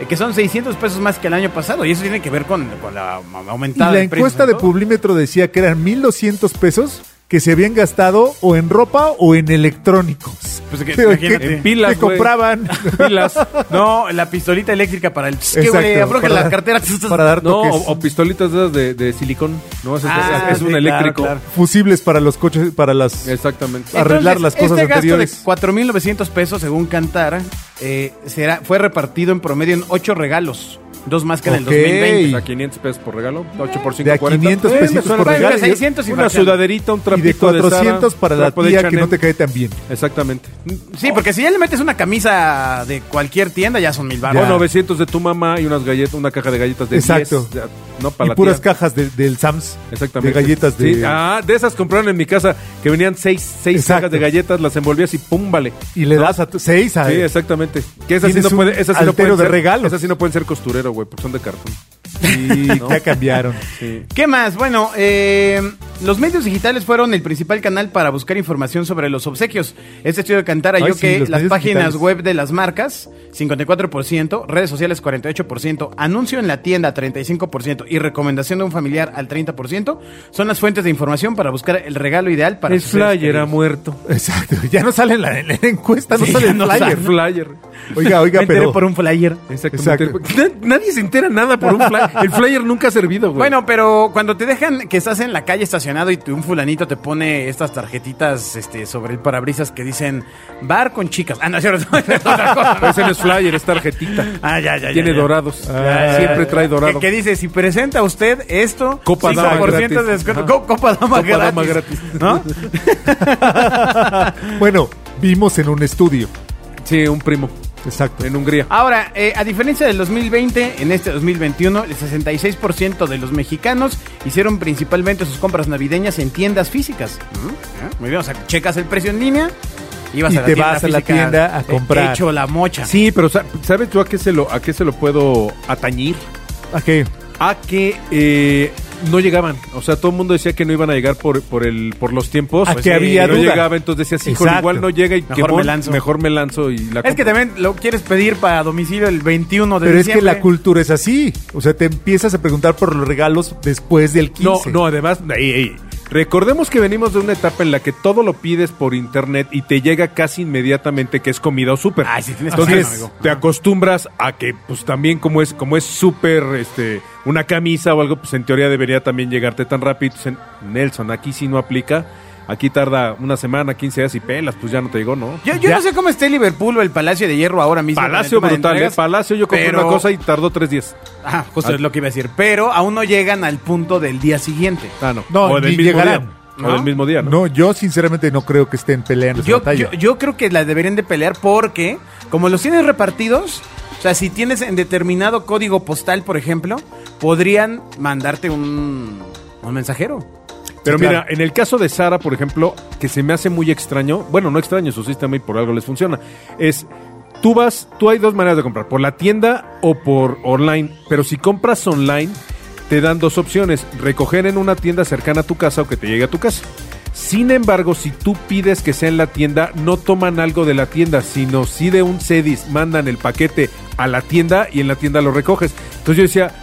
Speaker 2: eh, que son 600 pesos más que el año pasado. Y eso tiene que ver con, con la
Speaker 4: y
Speaker 2: aumentada
Speaker 4: la
Speaker 2: de precios
Speaker 4: encuesta
Speaker 2: en
Speaker 4: de
Speaker 2: todo.
Speaker 4: Publímetro decía que eran 1200 pesos que se habían gastado o en ropa o en electrónicos.
Speaker 2: Pues
Speaker 4: [laughs]
Speaker 2: que-
Speaker 4: Pero
Speaker 2: imagínate.
Speaker 4: ¿qué-
Speaker 3: En pilas,
Speaker 4: qué
Speaker 3: güey. [laughs]
Speaker 4: compraban?
Speaker 3: Pilas.
Speaker 2: No, la pistolita eléctrica para el... ¿Qué,
Speaker 4: Exacto,
Speaker 2: güey? Abro que
Speaker 4: para-
Speaker 2: la cartera...
Speaker 4: [laughs] para dar
Speaker 3: No,
Speaker 4: toques.
Speaker 3: o, o pistolitas de, esas de, de silicón. No, es, es-
Speaker 2: Ah,
Speaker 3: es un
Speaker 2: sí, claro,
Speaker 3: eléctrico.
Speaker 2: claro.
Speaker 4: fusibles para los coches, para las...
Speaker 3: Eh, Exactamente.
Speaker 4: Ah, arreglar las cosas
Speaker 2: este
Speaker 4: anteriores.
Speaker 2: gasto de 4.900 pesos, según Cantara, eh, será, fue repartido en promedio en 8 regalos. Dos más que en el
Speaker 4: Ok.
Speaker 2: 2020.
Speaker 3: Pues A 500 pesos por regalo. 8 por 5,
Speaker 4: De a
Speaker 3: 40.
Speaker 4: 500
Speaker 3: Eh, me
Speaker 4: pesitos
Speaker 3: suena
Speaker 4: por
Speaker 3: bien.
Speaker 4: regalo.
Speaker 3: Una
Speaker 2: 600 y
Speaker 3: Una
Speaker 2: marcando.
Speaker 3: sudaderita, un
Speaker 4: Y de
Speaker 3: trapito de
Speaker 4: 400 para la
Speaker 3: trapo de
Speaker 4: tía que no
Speaker 3: Chanel.
Speaker 4: te cae tan bien.
Speaker 3: Exactamente.
Speaker 2: Sí, porque si ya le metes una camisa de cualquier tienda, ya son mil
Speaker 4: Ah,
Speaker 3: O
Speaker 2: baros.
Speaker 3: 900 de tu mamá y unas galletas, una caja de galletas de
Speaker 4: Exacto.
Speaker 3: 10. ya, No, para
Speaker 4: y
Speaker 3: la
Speaker 4: puras
Speaker 3: tía.
Speaker 4: cajas de- del Sams.
Speaker 3: Exactamente.
Speaker 4: De galletas de...
Speaker 3: Sí, Ah, de esas compraron en mi casa, que venían seis, seis
Speaker 4: Exacto.
Speaker 3: cajas de galletas, las envolvías y pum, vale.
Speaker 4: Y le das a tu... Seis a...
Speaker 3: Sí, exactamente. Que esas sí
Speaker 4: Tienes
Speaker 3: no
Speaker 4: un
Speaker 3: pueden, esas sí no
Speaker 4: altero
Speaker 3: pueden
Speaker 4: de
Speaker 3: ser,
Speaker 4: regalo.
Speaker 3: Esas sí no pueden ser costurero, güey, porque son de cartón.
Speaker 4: [laughs] Sí, ya
Speaker 3: [laughs]
Speaker 4: cambiaron.
Speaker 3: Sí.
Speaker 2: ¿Qué más? Bueno, eh, los medios digitales fueron el principal canal para buscar información sobre los obsequios. Este estudio de Cantar
Speaker 4: Ay,
Speaker 2: halló
Speaker 4: sí,
Speaker 2: que
Speaker 4: los
Speaker 2: las
Speaker 4: medios
Speaker 2: páginas
Speaker 4: digitales.
Speaker 2: web de las marcas, 54%, redes sociales 48%, anuncio en la tienda 35% y recomendación de un familiar al 30%, son las fuentes de información para buscar el regalo ideal para
Speaker 3: Es
Speaker 2: sus seres
Speaker 3: flyer, ha
Speaker 2: queridos.
Speaker 3: muerto.
Speaker 4: Exacto. Ya no sale en la, en la encuesta, no
Speaker 2: Sí,
Speaker 4: sale
Speaker 2: ya
Speaker 4: el
Speaker 2: no
Speaker 4: flyer.
Speaker 2: sale.
Speaker 3: Flyer.
Speaker 4: Oiga, oiga,
Speaker 2: Me enteré
Speaker 4: pero.
Speaker 2: por un flyer.
Speaker 3: Exactamente. [laughs]
Speaker 4: Exacto.
Speaker 3: Na- Nadie se entera nada por un flyer. El flyer nunca ha servido, güey.
Speaker 2: Bueno, pero cuando te dejan que estás en la calle estacionado y tu- un fulanito te pone estas tarjetitas este, sobre el parabrisas que dicen bar con chicas. Ah, no, es cierto. [laughs] es otra cosa,
Speaker 3: [laughs]
Speaker 2: ¿no?
Speaker 3: Pero ese no es flyer, es tarjetita.
Speaker 2: Ah, ya, ya, ya,
Speaker 3: Tiene
Speaker 2: ya. Ah,
Speaker 3: dorados.
Speaker 2: Ya, ya,
Speaker 3: Siempre
Speaker 2: ya.
Speaker 3: trae
Speaker 2: Que,
Speaker 3: dorado.
Speaker 2: que dice, si presenta usted esto,
Speaker 3: Copa dama
Speaker 2: 5% de
Speaker 3: gratis.
Speaker 2: descuento.
Speaker 3: Ajá.
Speaker 2: Co- Copa dama
Speaker 3: Copa
Speaker 2: gratis.
Speaker 3: dama gratis.
Speaker 2: ¿No?
Speaker 3: [laughs]
Speaker 4: Bueno, vimos en un estudio.
Speaker 3: Sí, un primo.
Speaker 4: Exacto.
Speaker 3: En Hungría.
Speaker 2: Ahora, eh, a diferencia del 2020, en este 2021, el 66% de los mexicanos hicieron principalmente sus compras navideñas en tiendas físicas. Ujú, ¿eh? Muy bien, o sea, checas el precio en línea y vas
Speaker 4: Y
Speaker 2: a la
Speaker 4: te
Speaker 2: tienda
Speaker 4: vas a la
Speaker 2: física,
Speaker 4: tienda a
Speaker 2: eh,
Speaker 4: comprar.
Speaker 2: Hecho la mocha.
Speaker 3: Sí, pero sa- ¿sabes tú a qué se lo, a qué se lo puedo atañir?
Speaker 4: ¿A qué?
Speaker 3: a que eh, no llegaban. O sea, todo el mundo decía que no iban a llegar por, por, el, por los tiempos.
Speaker 4: A
Speaker 3: Pues
Speaker 4: que
Speaker 3: sí,
Speaker 4: había
Speaker 3: No
Speaker 4: duda.
Speaker 3: llegaba, entonces decías, hijo,
Speaker 4: Exacto.
Speaker 3: igual no llega y
Speaker 2: Mejor
Speaker 3: quemó,
Speaker 2: me lanzo.
Speaker 3: Mejor me lanzo y la
Speaker 2: Es que
Speaker 3: compro.
Speaker 2: también lo quieres pedir para domicilio el 21 de
Speaker 4: Pero es que
Speaker 2: diciembre.
Speaker 4: la cultura es así. O sea, te empiezas a preguntar por los regalos después del 15.
Speaker 3: No, no, además, ey, ey, recordemos que venimos de una etapa en la que todo lo pides por internet y te llega casi inmediatamente que es comida o súper.
Speaker 2: Ay, sí, tienes
Speaker 3: Entonces,
Speaker 2: razón, amigo.
Speaker 3: te acostumbras a que, pues también como es, como es súper, este, una camisa o algo, pues en teoría debería también llegarte tan rápido. Dicen, Nelson, aquí sí no aplica. Aquí tarda una semana, 15 días y pelas, pues ya no te digo, ¿no?
Speaker 2: Yo, yo
Speaker 4: Ya.
Speaker 2: no sé cómo esté Liverpool o el Palacio de Hierro ahora mismo. con el
Speaker 3: Palacio
Speaker 2: tema de
Speaker 3: brutal, ¿eh?
Speaker 2: entregas,
Speaker 3: Palacio yo compré
Speaker 2: pero-
Speaker 3: una cosa y tardó tres días.
Speaker 2: Ah, justo es lo que iba a decir. Pero aún no llegan al punto del día siguiente.
Speaker 3: Ah, no.
Speaker 4: No,
Speaker 3: o del
Speaker 4: ni
Speaker 3: mismo
Speaker 4: llegarán,
Speaker 3: día.
Speaker 2: ¿no?
Speaker 3: O del mismo día, ¿no?
Speaker 4: No, yo sinceramente no creo que estén peleando esa
Speaker 2: Yo,
Speaker 4: Pues batalla.
Speaker 2: yo, yo creo que la deberían de pelear porque, como los tienes repartidos, o sea, si tienes en determinado código postal, por ejemplo, podrían mandarte un, un mensajero.
Speaker 3: Pero
Speaker 4: Sí,
Speaker 3: mira,
Speaker 4: claro.
Speaker 3: en el caso de Sara, por ejemplo, que se me hace muy extraño, bueno, no extraño su sistema y por algo les funciona, es tú vas, tú hay dos maneras de comprar, por la tienda o por online, pero si compras online te dan dos opciones, recoger en una tienda cercana a tu casa o que te llegue a tu casa. Sin embargo, si tú pides que sea en la tienda, no toman algo de la tienda, sino si de un CEDIS mandan el paquete a la tienda y en la tienda lo recoges. Entonces yo decía,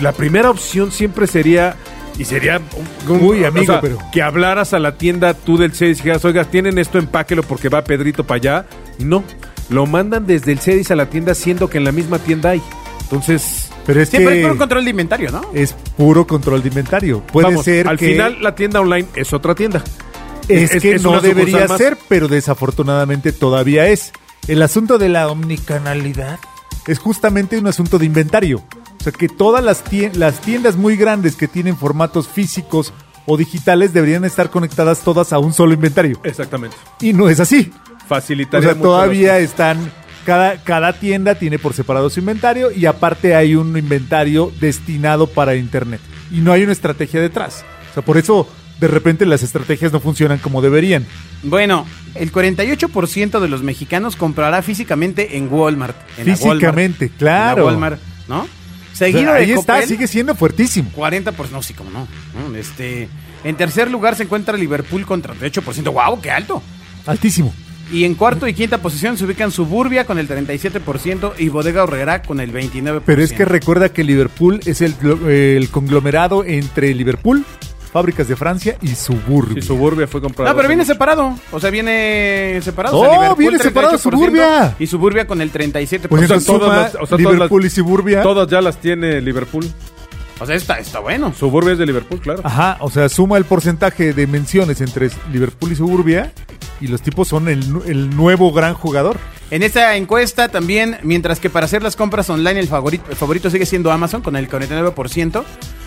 Speaker 3: la primera opción siempre sería y sería un- un-
Speaker 4: Uy, amigo, pero-
Speaker 3: que hablaras a la tienda tú del CEDIS y dijeras, oiga, tienen esto, empáquelo porque va Pedrito para allá. Y no, lo mandan desde el CEDIS a la tienda siendo que en la misma tienda hay. Entonces,
Speaker 4: Pero es
Speaker 2: Siempre
Speaker 4: que
Speaker 2: es por un control de inventario, ¿no?
Speaker 4: es puro control de inventario. Puede
Speaker 3: vamos,
Speaker 4: ser
Speaker 3: al
Speaker 4: que
Speaker 3: final la tienda online es otra tienda.
Speaker 4: es, que
Speaker 3: es
Speaker 4: no
Speaker 3: una
Speaker 4: debería
Speaker 3: sucursal más.
Speaker 4: ser, pero desafortunadamente todavía es. El asunto de la omnicanalidad es justamente un asunto de inventario. O sea, que todas las tien- las tiendas muy grandes que tienen formatos físicos o digitales deberían estar conectadas todas a un solo inventario.
Speaker 3: Exactamente.
Speaker 4: Y no es así. O
Speaker 3: Facilitaría
Speaker 4: sea,
Speaker 3: mucho
Speaker 4: todavía
Speaker 3: las-
Speaker 4: están. Cada, cada tienda tiene por separado su inventario y aparte hay un inventario destinado para Internet. Y no hay una estrategia detrás. O sea, por eso de repente las estrategias no funcionan como deberían.
Speaker 2: Bueno, el 48% de los mexicanos comprará físicamente en Walmart. En la Walmart,
Speaker 4: Físicamente,
Speaker 2: en la
Speaker 4: claro.
Speaker 2: Walmart, ¿no?
Speaker 4: O sea,
Speaker 2: Seguido
Speaker 4: ahí
Speaker 2: de
Speaker 4: está,
Speaker 2: Coppel,
Speaker 4: sigue siendo fuertísimo.
Speaker 2: 40%, pues no, sí, como no. Mm, Este, en tercer lugar se encuentra Liverpool con 38%. ¡Wow, qué alto!
Speaker 4: Altísimo.
Speaker 2: Y en cuarto y quinta posición se ubican Suburbia con el 37% y Bodega Horrera con el 29%.
Speaker 4: Pero es que recuerda que Liverpool es el, glo- el conglomerado entre Liverpool, Fábricas de Francia y Suburbia.
Speaker 3: Sí, Suburbia fue comprada.
Speaker 2: No, pero viene separado. O sea, viene separado. o
Speaker 4: No,
Speaker 2: sea, Liverpool
Speaker 4: viene
Speaker 2: 38%
Speaker 4: separado Suburbia.
Speaker 2: Y Suburbia con el 37%.
Speaker 4: Pues
Speaker 2: o, sea,
Speaker 3: todas
Speaker 4: entonces suma
Speaker 3: las- o sea, todas
Speaker 4: Liverpool
Speaker 3: las-
Speaker 4: y Suburbia.
Speaker 3: Todas ya las tiene Liverpool.
Speaker 2: o sea, está, está bueno.
Speaker 3: Suburbia es de Liverpool, claro.
Speaker 4: Ajá, o sea, suma el porcentaje de menciones entre Liverpool y Suburbia y los tipos son el, nu- el nuevo gran jugador.
Speaker 2: En esta encuesta también, mientras que para hacer las compras online el favorito, el favorito sigue siendo Amazon con el 49%,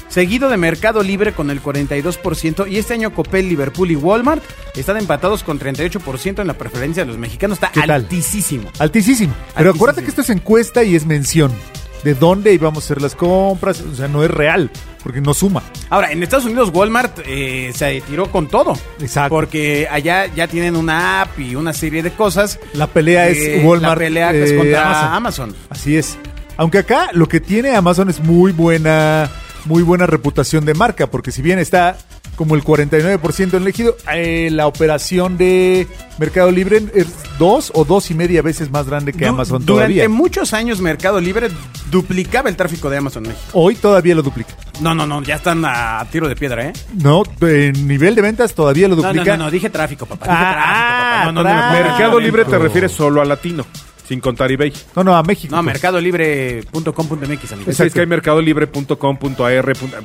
Speaker 2: seguido de Mercado Libre con el 42%, y este año Copel, Liverpool y Walmart están empatados con 38% en la preferencia de los mexicanos. Está
Speaker 4: ¿Qué tal?
Speaker 2: altísimo.
Speaker 4: Altísimo. Pero
Speaker 2: Altísimo.
Speaker 4: acuérdate que esto es encuesta y es mención. De dónde íbamos a hacer las compras, o sea, no es real, porque no suma.
Speaker 2: Ahora, en Estados Unidos Walmart eh, se tiró con todo.
Speaker 4: Exacto.
Speaker 2: Porque allá ya tienen una app y una serie de cosas.
Speaker 4: La pelea
Speaker 2: Eh,
Speaker 4: es Walmart
Speaker 2: La pelea
Speaker 4: eh,
Speaker 2: es contra
Speaker 4: Amazon.
Speaker 2: Amazon.
Speaker 4: Así es. Aunque acá lo que tiene Amazon es muy buena, muy buena reputación de marca, porque si bien está como el 49% en elegido, eh, la operación de Mercado Libre es dos o dos y media veces más grande que
Speaker 2: Du-
Speaker 4: Amazon
Speaker 2: durante
Speaker 4: todavía.
Speaker 2: muchos años Mercado Libre duplicaba el tráfico de Amazon México.
Speaker 4: Hoy todavía lo duplica.
Speaker 2: No, no, no, ya están a tiro de piedra, ¿eh?
Speaker 4: No, en nivel de ventas todavía lo
Speaker 2: No, no,
Speaker 4: duplica.
Speaker 2: no, no, dije tráfico, papá. Dije
Speaker 4: Ah,
Speaker 2: tráfico, papá. No, no, no,
Speaker 4: tráfico.
Speaker 3: Mercado Libre te
Speaker 4: México.
Speaker 3: refieres solo a latino, sin contar eBay.
Speaker 4: No, no, a México.
Speaker 2: No,
Speaker 4: pues.
Speaker 2: mercadolibre.com.mx, amigos.
Speaker 3: Sí, es que hay mercadolibre.com.ar.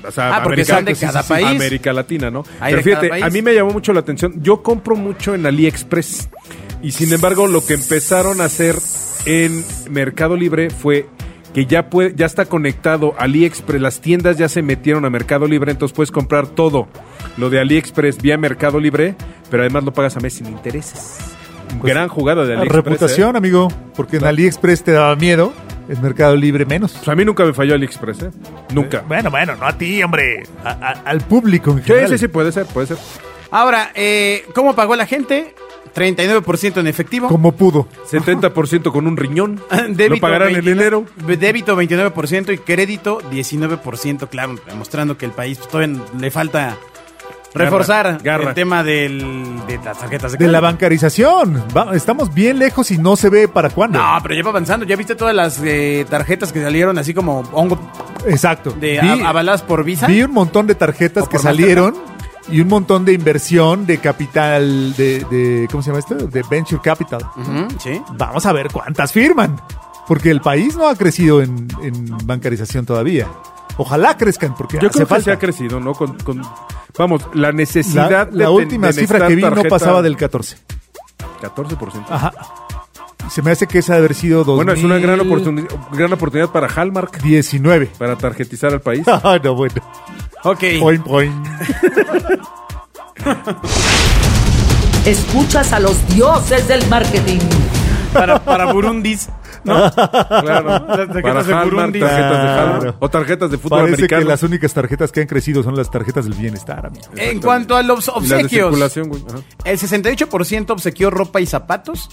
Speaker 3: O sea,
Speaker 2: Ah, porque son de cada país.
Speaker 3: América Latina, ¿no?
Speaker 2: Hay
Speaker 3: Pero
Speaker 2: de
Speaker 3: fíjate,
Speaker 2: cada país.
Speaker 3: a mí me llamó mucho la atención. Yo compro mucho en AliExpress. Y sin embargo, lo que empezaron a hacer en Mercado Libre fue que ya puede, ya está conectado AliExpress, las tiendas ya se metieron a Mercado Libre, entonces puedes comprar todo lo de AliExpress vía Mercado Libre, pero además lo pagas a mes sin intereses.
Speaker 4: Pues,
Speaker 3: Gran jugada
Speaker 2: ah,
Speaker 3: de AliExpress. ¿eh?
Speaker 4: reputación, amigo, porque en AliExpress te daba miedo, en Mercado Libre menos.
Speaker 3: Pues a mí nunca me falló AliExpress, ¿eh? Nunca.
Speaker 4: Bueno, bueno, no a ti, hombre, a- a- al público en
Speaker 3: Sí,
Speaker 4: general.
Speaker 3: sí, sí, puede ser, puede ser.
Speaker 4: [laughs]
Speaker 2: Ahora, eh, ¿cómo pagó la gente? 39% en efectivo.
Speaker 4: Como pudo.
Speaker 3: 70% con un
Speaker 4: [laughs]
Speaker 3: riñón.
Speaker 2: [laughs]
Speaker 4: Ah,
Speaker 3: lo pagarán en
Speaker 2: 29
Speaker 3: enero.
Speaker 2: Débito 29% y crédito 19%, claro, demostrando que el país pues, todavía le falta reforzar
Speaker 3: garra.
Speaker 2: el tema del, de las tarjetas de
Speaker 4: De la
Speaker 2: crédito.
Speaker 4: bancarización. Va- estamos bien lejos y no se ve para cuándo.
Speaker 2: No, pero lleva avanzando. ¿Ya viste todas las eh, tarjetas que salieron así como hongo
Speaker 4: Exacto.
Speaker 2: de
Speaker 4: Vi-
Speaker 2: a- avaladas por Visa?
Speaker 4: Vi un montón de tarjetas
Speaker 2: ¿O
Speaker 4: que
Speaker 2: por
Speaker 4: salieron y un montón de inversión de capital, de, de- ¿cómo se llama esto? De venture capital.
Speaker 2: Ujú, sí.
Speaker 4: Vamos a ver cuántas firman, porque el país no ha crecido en, en bancarización todavía. Ojalá crezcan, porque
Speaker 3: Yo
Speaker 4: hace
Speaker 3: creo que
Speaker 4: falta.
Speaker 3: se ha crecido, ¿no? Con, con- vamos, la
Speaker 4: La,
Speaker 3: necesidad
Speaker 4: la última cifra que vi no pasaba del Ah, 14.
Speaker 3: 14%.
Speaker 4: Ajá. Se me hace que esa debe haber sido 2019.
Speaker 3: bueno, es una gran oportunidad, gran oportunidad para Hallmark,
Speaker 4: 19.
Speaker 3: para tarjetizar al país.
Speaker 4: [laughs] Ah, no, bueno.
Speaker 2: Ok. [laughs]
Speaker 4: Point, point.
Speaker 1: Escuchas a los dioses del marketing.
Speaker 2: Para, para
Speaker 3: [laughs]
Speaker 2: Burundis. ¿No?
Speaker 3: claro.
Speaker 2: tarjetas
Speaker 3: para
Speaker 2: de
Speaker 3: Hallmark,
Speaker 2: Burundi.
Speaker 3: tarjetas de Hallmark.
Speaker 4: Claro.
Speaker 3: O tarjetas de fútbol
Speaker 4: Parece
Speaker 3: americano.
Speaker 4: que las únicas tarjetas que han crecido son las tarjetas del bienestar, amigo.
Speaker 2: En cuanto a los
Speaker 3: Y las de
Speaker 2: obsequios,
Speaker 3: circulación, güey. Ajá.
Speaker 2: [laughs] el 68% obsequió ropa y zapatos,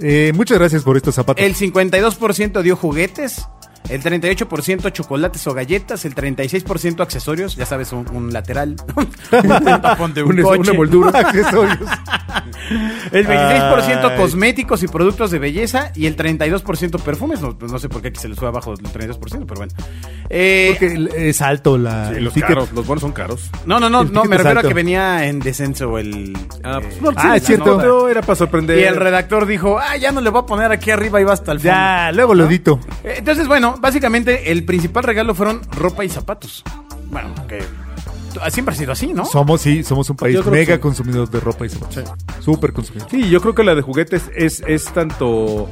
Speaker 4: Eh, muchas gracias por estos zapatos. [laughs]
Speaker 2: el 52% dio juguetes, el 38% chocolates o galletas, el 36% accesorios, ya sabes, un, un lateral, un tapón de un,
Speaker 3: Una-
Speaker 2: coche, Eh. [laughs]
Speaker 3: una moldura.
Speaker 4: Accesorios.
Speaker 2: el 26%
Speaker 4: Ay.
Speaker 2: cosméticos y productos de belleza y el 32% perfumes, no, no sé por qué aquí se les fue abajo el 32%, pero bueno. Eh,
Speaker 4: Porque el- es alto la,
Speaker 3: Sí,
Speaker 4: el
Speaker 3: los
Speaker 4: ticket.
Speaker 3: caros, los bonos son caros.
Speaker 2: no, no, no,
Speaker 4: el
Speaker 2: no,
Speaker 4: ticket
Speaker 2: me
Speaker 4: es
Speaker 2: refiero
Speaker 4: alto.
Speaker 2: a que venía en descenso el... eh,
Speaker 4: Ah,
Speaker 2: la
Speaker 4: es cierto.
Speaker 2: nota.
Speaker 3: No, era para sorprender.
Speaker 2: Y el redactor dijo, ah, ya no le voy a poner aquí arriba y va hasta el fondo.
Speaker 4: Ya, luego lo edito.
Speaker 2: Eh, Entonces, bueno, básicamente el principal regalo fueron ropa y zapatos. Bueno, que t- siempre ha sido así, ¿no?
Speaker 4: Somos, sí, somos un país
Speaker 3: Yo creo
Speaker 4: mega
Speaker 3: que sí.
Speaker 4: consumidor de ropa y zapatos. Súper consumidor.
Speaker 3: Sí, yo creo que la de juguetes es, es tanto.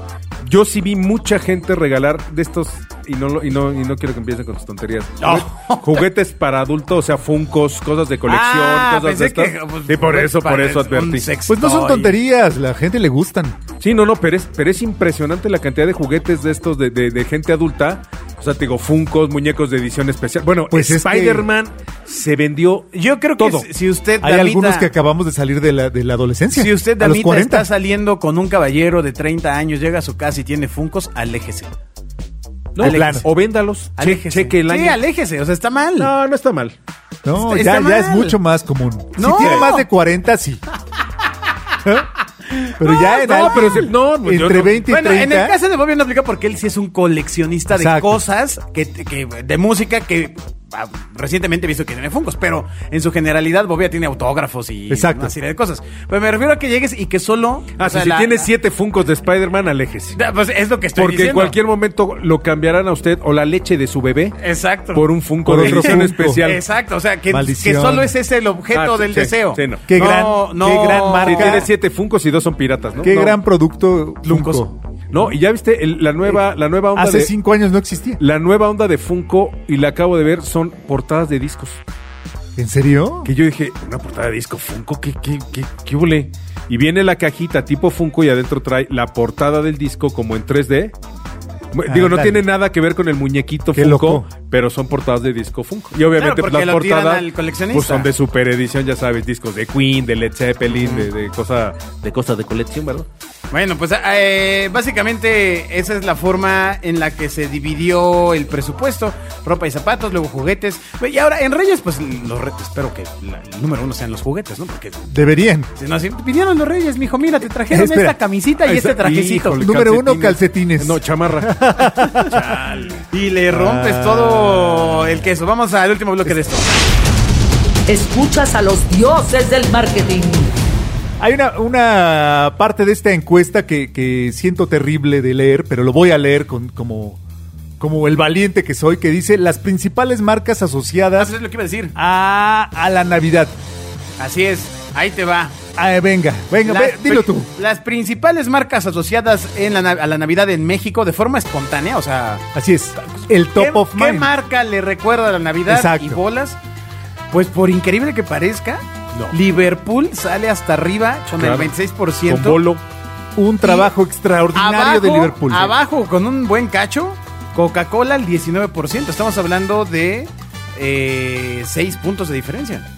Speaker 3: Yo sí vi mucha gente regalar de estos. Y no, lo- y no, y no quiero que empiecen con tus tonterías.
Speaker 2: No.
Speaker 3: Juguet- Juguetes para adultos, o sea, funcos, cosas de colección,
Speaker 2: Ah,
Speaker 3: cosas
Speaker 2: pensé
Speaker 3: de estas.
Speaker 2: que, pues,
Speaker 3: y por eso, por
Speaker 2: para-
Speaker 3: eso
Speaker 2: un
Speaker 3: advertí.
Speaker 2: sex-
Speaker 4: Pues no son
Speaker 2: Estoy-
Speaker 4: tonterías, la gente le gustan.
Speaker 3: Sí, no, no, pero es, pero es impresionante la cantidad de juguetes de estos de, de- de gente adulta. O sea, te digo, funcos, muñecos de edición especial. Bueno,
Speaker 4: Pues es que-
Speaker 3: Spider-Man se vendió.
Speaker 2: Yo creo que
Speaker 3: todo.
Speaker 2: si- si usted,
Speaker 4: Hay
Speaker 2: damita,
Speaker 4: algunos que acabamos de salir de la, de la adolescencia.
Speaker 2: si usted,
Speaker 4: a los
Speaker 2: damita,
Speaker 4: 40.
Speaker 2: está saliendo con un caballero de 30 años, llega a su casa y tiene funcos, aléjese.
Speaker 3: No,
Speaker 2: Aléjese.
Speaker 3: plano. o véndalos. Che-
Speaker 2: Aléjese.
Speaker 3: cheque el año.
Speaker 2: Sí, aléjese, o sea, está mal.
Speaker 3: no, no está mal.
Speaker 4: No,
Speaker 2: está-
Speaker 4: ya,
Speaker 2: está
Speaker 4: ya es
Speaker 2: mal.
Speaker 4: mucho más común.
Speaker 2: No.
Speaker 4: Si tiene más de 40, sí. pero
Speaker 2: Ah,
Speaker 4: ya en
Speaker 3: no,
Speaker 4: alguien
Speaker 3: pero si- no, pues yo
Speaker 4: entre
Speaker 3: no.
Speaker 4: 20 y
Speaker 2: Bueno,
Speaker 4: 30.
Speaker 2: en el caso de Bobby no aplica porque él sí es un coleccionista de
Speaker 4: Exacto.
Speaker 2: cosas que, que- de música que ah, recientemente he visto que tiene Funkos, pero en su generalidad Bobby tiene autógrafos y
Speaker 4: Exacto.
Speaker 2: una serie de cosas. Pero me refiero a que llegues y que solo.
Speaker 3: Ah,
Speaker 2: o sea,
Speaker 3: si
Speaker 2: la-
Speaker 3: tiene siete funcos de Spider-Man, aléjese.
Speaker 2: Da- Pues es lo que estoy
Speaker 3: Porque en
Speaker 2: diciendo.
Speaker 3: cualquier momento lo cambiarán a usted o la leche de su bebé
Speaker 2: Exacto.
Speaker 3: por un Funko
Speaker 4: Por
Speaker 3: de
Speaker 4: otro
Speaker 3: edición
Speaker 4: Funko.
Speaker 3: especial.
Speaker 2: Exacto, o sea, que,
Speaker 4: Maldición.
Speaker 2: que solo ese es el objeto
Speaker 3: Ah, sí,
Speaker 2: del
Speaker 3: sí,
Speaker 2: deseo.
Speaker 3: sí, no.
Speaker 4: Qué gran- qué gran
Speaker 3: Si
Speaker 4: marca.
Speaker 3: tiene siete Funcos y dos son piratas, ¿no?
Speaker 4: Qué
Speaker 3: No.
Speaker 4: gran producto.
Speaker 2: Lucos.
Speaker 4: Funko.
Speaker 3: No, y ya viste el- la nueva la nueva onda
Speaker 4: Eh, Hace
Speaker 3: de
Speaker 4: cinco años no existía.
Speaker 3: la nueva onda de Funko y la acabo de ver son portadas de discos.
Speaker 4: ¿En serio?
Speaker 3: Que yo dije, una portada de disco Funko, qué qué qué qué hule? Y viene la cajita tipo Funko y adentro trae la portada del disco como en 3D. Mu-
Speaker 4: Ah,
Speaker 3: Digo, no
Speaker 4: dale.
Speaker 3: tiene nada que ver con el muñequito
Speaker 4: Qué
Speaker 3: Funko,
Speaker 4: loco.
Speaker 3: pero son portadas de disco Funko. Y obviamente
Speaker 2: Claro,
Speaker 3: pues,
Speaker 2: porque
Speaker 3: las
Speaker 2: lo tiran
Speaker 3: portadas
Speaker 2: al coleccionista.
Speaker 3: pues, son de super edición, ya sabes, discos de Queen, de Led Zeppelin, de, de cosa de cosa de colección, ¿verdad?
Speaker 2: Bueno, pues eh, básicamente esa es la forma en la que se dividió el presupuesto. Ropa y zapatos, luego juguetes. Y ahora en Reyes, pues los re- espero que la- el número uno sean los juguetes, ¿no? Porque
Speaker 4: Deberían.
Speaker 2: si no, si vinieron los Reyes, mijo, mira, te trajeron
Speaker 4: Espera.
Speaker 2: esta camisita y
Speaker 3: Ahí
Speaker 2: este
Speaker 3: está.
Speaker 2: trajecito.
Speaker 3: Híjole,
Speaker 4: Número uno, calcetines.
Speaker 3: No,
Speaker 4: [laughs]
Speaker 3: chamarra.
Speaker 2: Y le rompes
Speaker 4: Ah.
Speaker 2: todo el queso. Vamos al último bloque de esto.
Speaker 1: Escuchas a los dioses del marketing.
Speaker 4: Hay una, una parte de esta encuesta que, que siento terrible de leer, pero lo voy a leer con, como, como el valiente que soy, que dice las principales marcas
Speaker 2: Eso
Speaker 4: asociadas
Speaker 2: es lo que iba a decir.
Speaker 4: a, a la Navidad.
Speaker 2: Así es, ahí te va.
Speaker 4: Ah, venga, venga,
Speaker 2: Las
Speaker 4: ve, dilo
Speaker 2: pri-
Speaker 4: tú.
Speaker 2: Las principales marcas asociadas en la na- a la Navidad en México de forma espontánea, o sea,
Speaker 4: Así es, el top
Speaker 2: ¿Qué,
Speaker 4: of
Speaker 2: qué
Speaker 4: mind.
Speaker 2: marca le recuerda a la Navidad
Speaker 4: Exacto.
Speaker 2: y bolas? Pues por increíble que parezca,
Speaker 3: No.
Speaker 2: Liverpool sale hasta arriba con
Speaker 3: Claro.
Speaker 2: el 26%.
Speaker 3: Con bolo.
Speaker 4: Un trabajo extraordinario
Speaker 2: abajo,
Speaker 4: de Liverpool.
Speaker 2: Abajo con un buen cacho, Coca-Cola al 19%. Estamos hablando de 6 puntos de diferencia.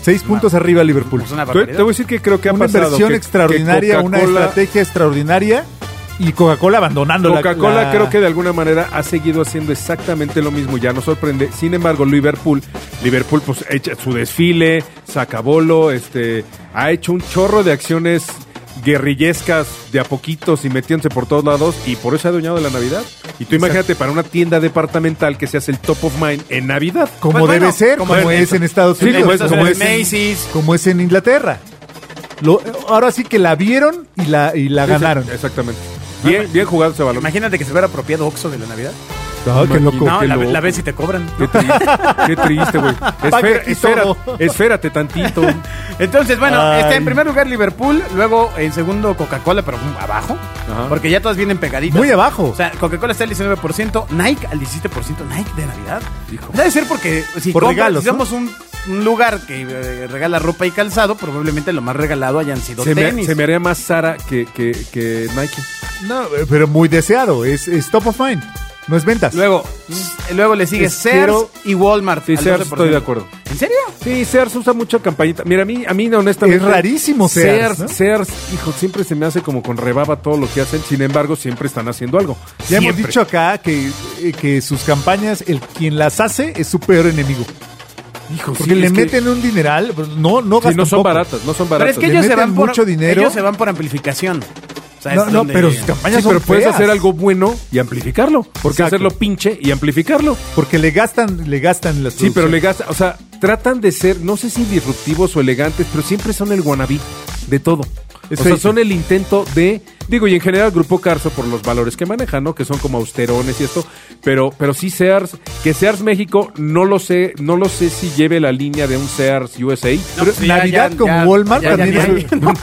Speaker 4: Seis puntos arriba Liverpool.
Speaker 2: Es una
Speaker 3: Te, te
Speaker 2: barbaridad.
Speaker 3: voy a decir que creo que ha
Speaker 4: una
Speaker 3: pasado.
Speaker 4: inversión
Speaker 3: que-
Speaker 4: extraordinaria,
Speaker 3: que
Speaker 4: una
Speaker 3: Coca-Cola-
Speaker 4: estrategia extraordinaria y Coca-Cola abandonando la-
Speaker 3: Coca-Cola
Speaker 4: la-
Speaker 3: creo que de alguna manera ha seguido haciendo exactamente lo mismo, ya nos sorprende. Sin embargo, Liverpool, Liverpool pues echa su desfile, saca bolo, este, ha hecho un chorro de acciones guerrillescas de a poquitos y metiéndose por todos lados y por eso se ha adueñado de la Navidad. Y tú imagínate para una tienda departamental que se hace el top of mind en Navidad.
Speaker 4: Como
Speaker 2: Pues
Speaker 4: debe
Speaker 2: bueno,
Speaker 4: ser, como,
Speaker 2: como en-
Speaker 4: es en Estados
Speaker 3: Sí,
Speaker 4: Unidos,
Speaker 3: como es-
Speaker 4: como,
Speaker 3: como
Speaker 4: es
Speaker 2: en
Speaker 4: en-
Speaker 2: Macy's.
Speaker 4: como es en Inglaterra. Lo- ahora sí que la vieron y la, y la ganaron.
Speaker 3: Exactamente. Bien, bien jugado ese balón.
Speaker 2: Imagínate que se hubiera apropiado Oxxo de la Navidad.
Speaker 4: Ah, qué loco.
Speaker 2: no,
Speaker 3: qué
Speaker 2: la,
Speaker 3: loco.
Speaker 2: la ves y te cobran.
Speaker 3: Qué triste, qué triste, güey.
Speaker 4: [laughs] Pague
Speaker 3: Espera,
Speaker 4: aquí
Speaker 3: espera-
Speaker 4: todo.
Speaker 3: espérate tantito.
Speaker 2: Entonces, bueno,
Speaker 4: Ay.
Speaker 2: está en primer lugar Liverpool, luego en segundo Coca-Cola, pero mm, abajo,
Speaker 3: Ajá.
Speaker 2: porque ya todas vienen pegaditas.
Speaker 4: Muy abajo.
Speaker 2: O sea, Coca-Cola está al 19%, Nike al 17%, Nike de Navidad. Debe ser porque si,
Speaker 4: Por
Speaker 2: compras-
Speaker 4: regalos,
Speaker 2: si somos un, un lugar que eh, regala ropa y calzado, probablemente lo más regalado hayan sido
Speaker 3: Se me,
Speaker 2: tenis.
Speaker 3: se me haría más Sara que, que, que Nike.
Speaker 4: No, pero muy deseado, es, es top of mind, no es ventas.
Speaker 2: Luego, luego le sigue
Speaker 4: Es
Speaker 2: Sears
Speaker 4: quiero-
Speaker 2: y Walmart.
Speaker 3: Sí,
Speaker 2: al 12%.
Speaker 3: Sears, estoy de acuerdo.
Speaker 2: ¿En serio?
Speaker 3: Sí, Sears usa mucha campañita. Mira, a mí, a mí honestamente.
Speaker 4: Es rarísimo
Speaker 3: Sears.
Speaker 4: Sears, ¿no?
Speaker 3: Sears, hijo, siempre se me hace como con rebaba todo lo que hacen. Sin embargo, siempre están haciendo algo.
Speaker 4: ya hemos
Speaker 3: Siempre.
Speaker 4: dicho acá que, eh, que sus campañas, el quien las hace es su peor enemigo.
Speaker 3: Hijo, sí,
Speaker 4: Porque le
Speaker 3: es que-
Speaker 4: meten un dineral, pero no, no
Speaker 3: Sí, no
Speaker 4: gastan
Speaker 3: son
Speaker 4: poco.
Speaker 3: baratas, no son
Speaker 2: Pero
Speaker 3: baratas.
Speaker 2: es que
Speaker 4: Le
Speaker 2: ellos se,
Speaker 4: meten
Speaker 2: van por,
Speaker 4: mucho dinero.
Speaker 2: ellos se van por amplificación. O sea,
Speaker 4: No,
Speaker 2: es
Speaker 4: no,
Speaker 2: donde-
Speaker 4: pero sus campañas
Speaker 3: Sí, pero
Speaker 4: son
Speaker 3: puedes
Speaker 4: feas.
Speaker 3: hacer algo bueno y amplificarlo. Porque
Speaker 4: Exacto.
Speaker 3: hacerlo pinche y amplificarlo.
Speaker 4: Porque le gastan, le gastan las
Speaker 3: Sí, pero le
Speaker 4: producciones.
Speaker 3: gasta, o sea, tratan de ser, no sé si disruptivos o elegantes, pero siempre son el wannabe de todo.
Speaker 4: Es
Speaker 3: o sea,
Speaker 4: fake.
Speaker 3: son el intento de, digo, y en general Grupo Carso por los valores que manejan, ¿no? Que son como austerones y esto, pero, pero sí Sears, que Sears México, no lo sé, no lo sé si lleve la línea de un Sears USA.
Speaker 2: No, pues, ya,
Speaker 4: Navidad
Speaker 2: ya,
Speaker 4: con
Speaker 2: ya,
Speaker 4: Walmart
Speaker 2: ya, ya,
Speaker 4: también
Speaker 2: ya,
Speaker 4: es-
Speaker 2: ya.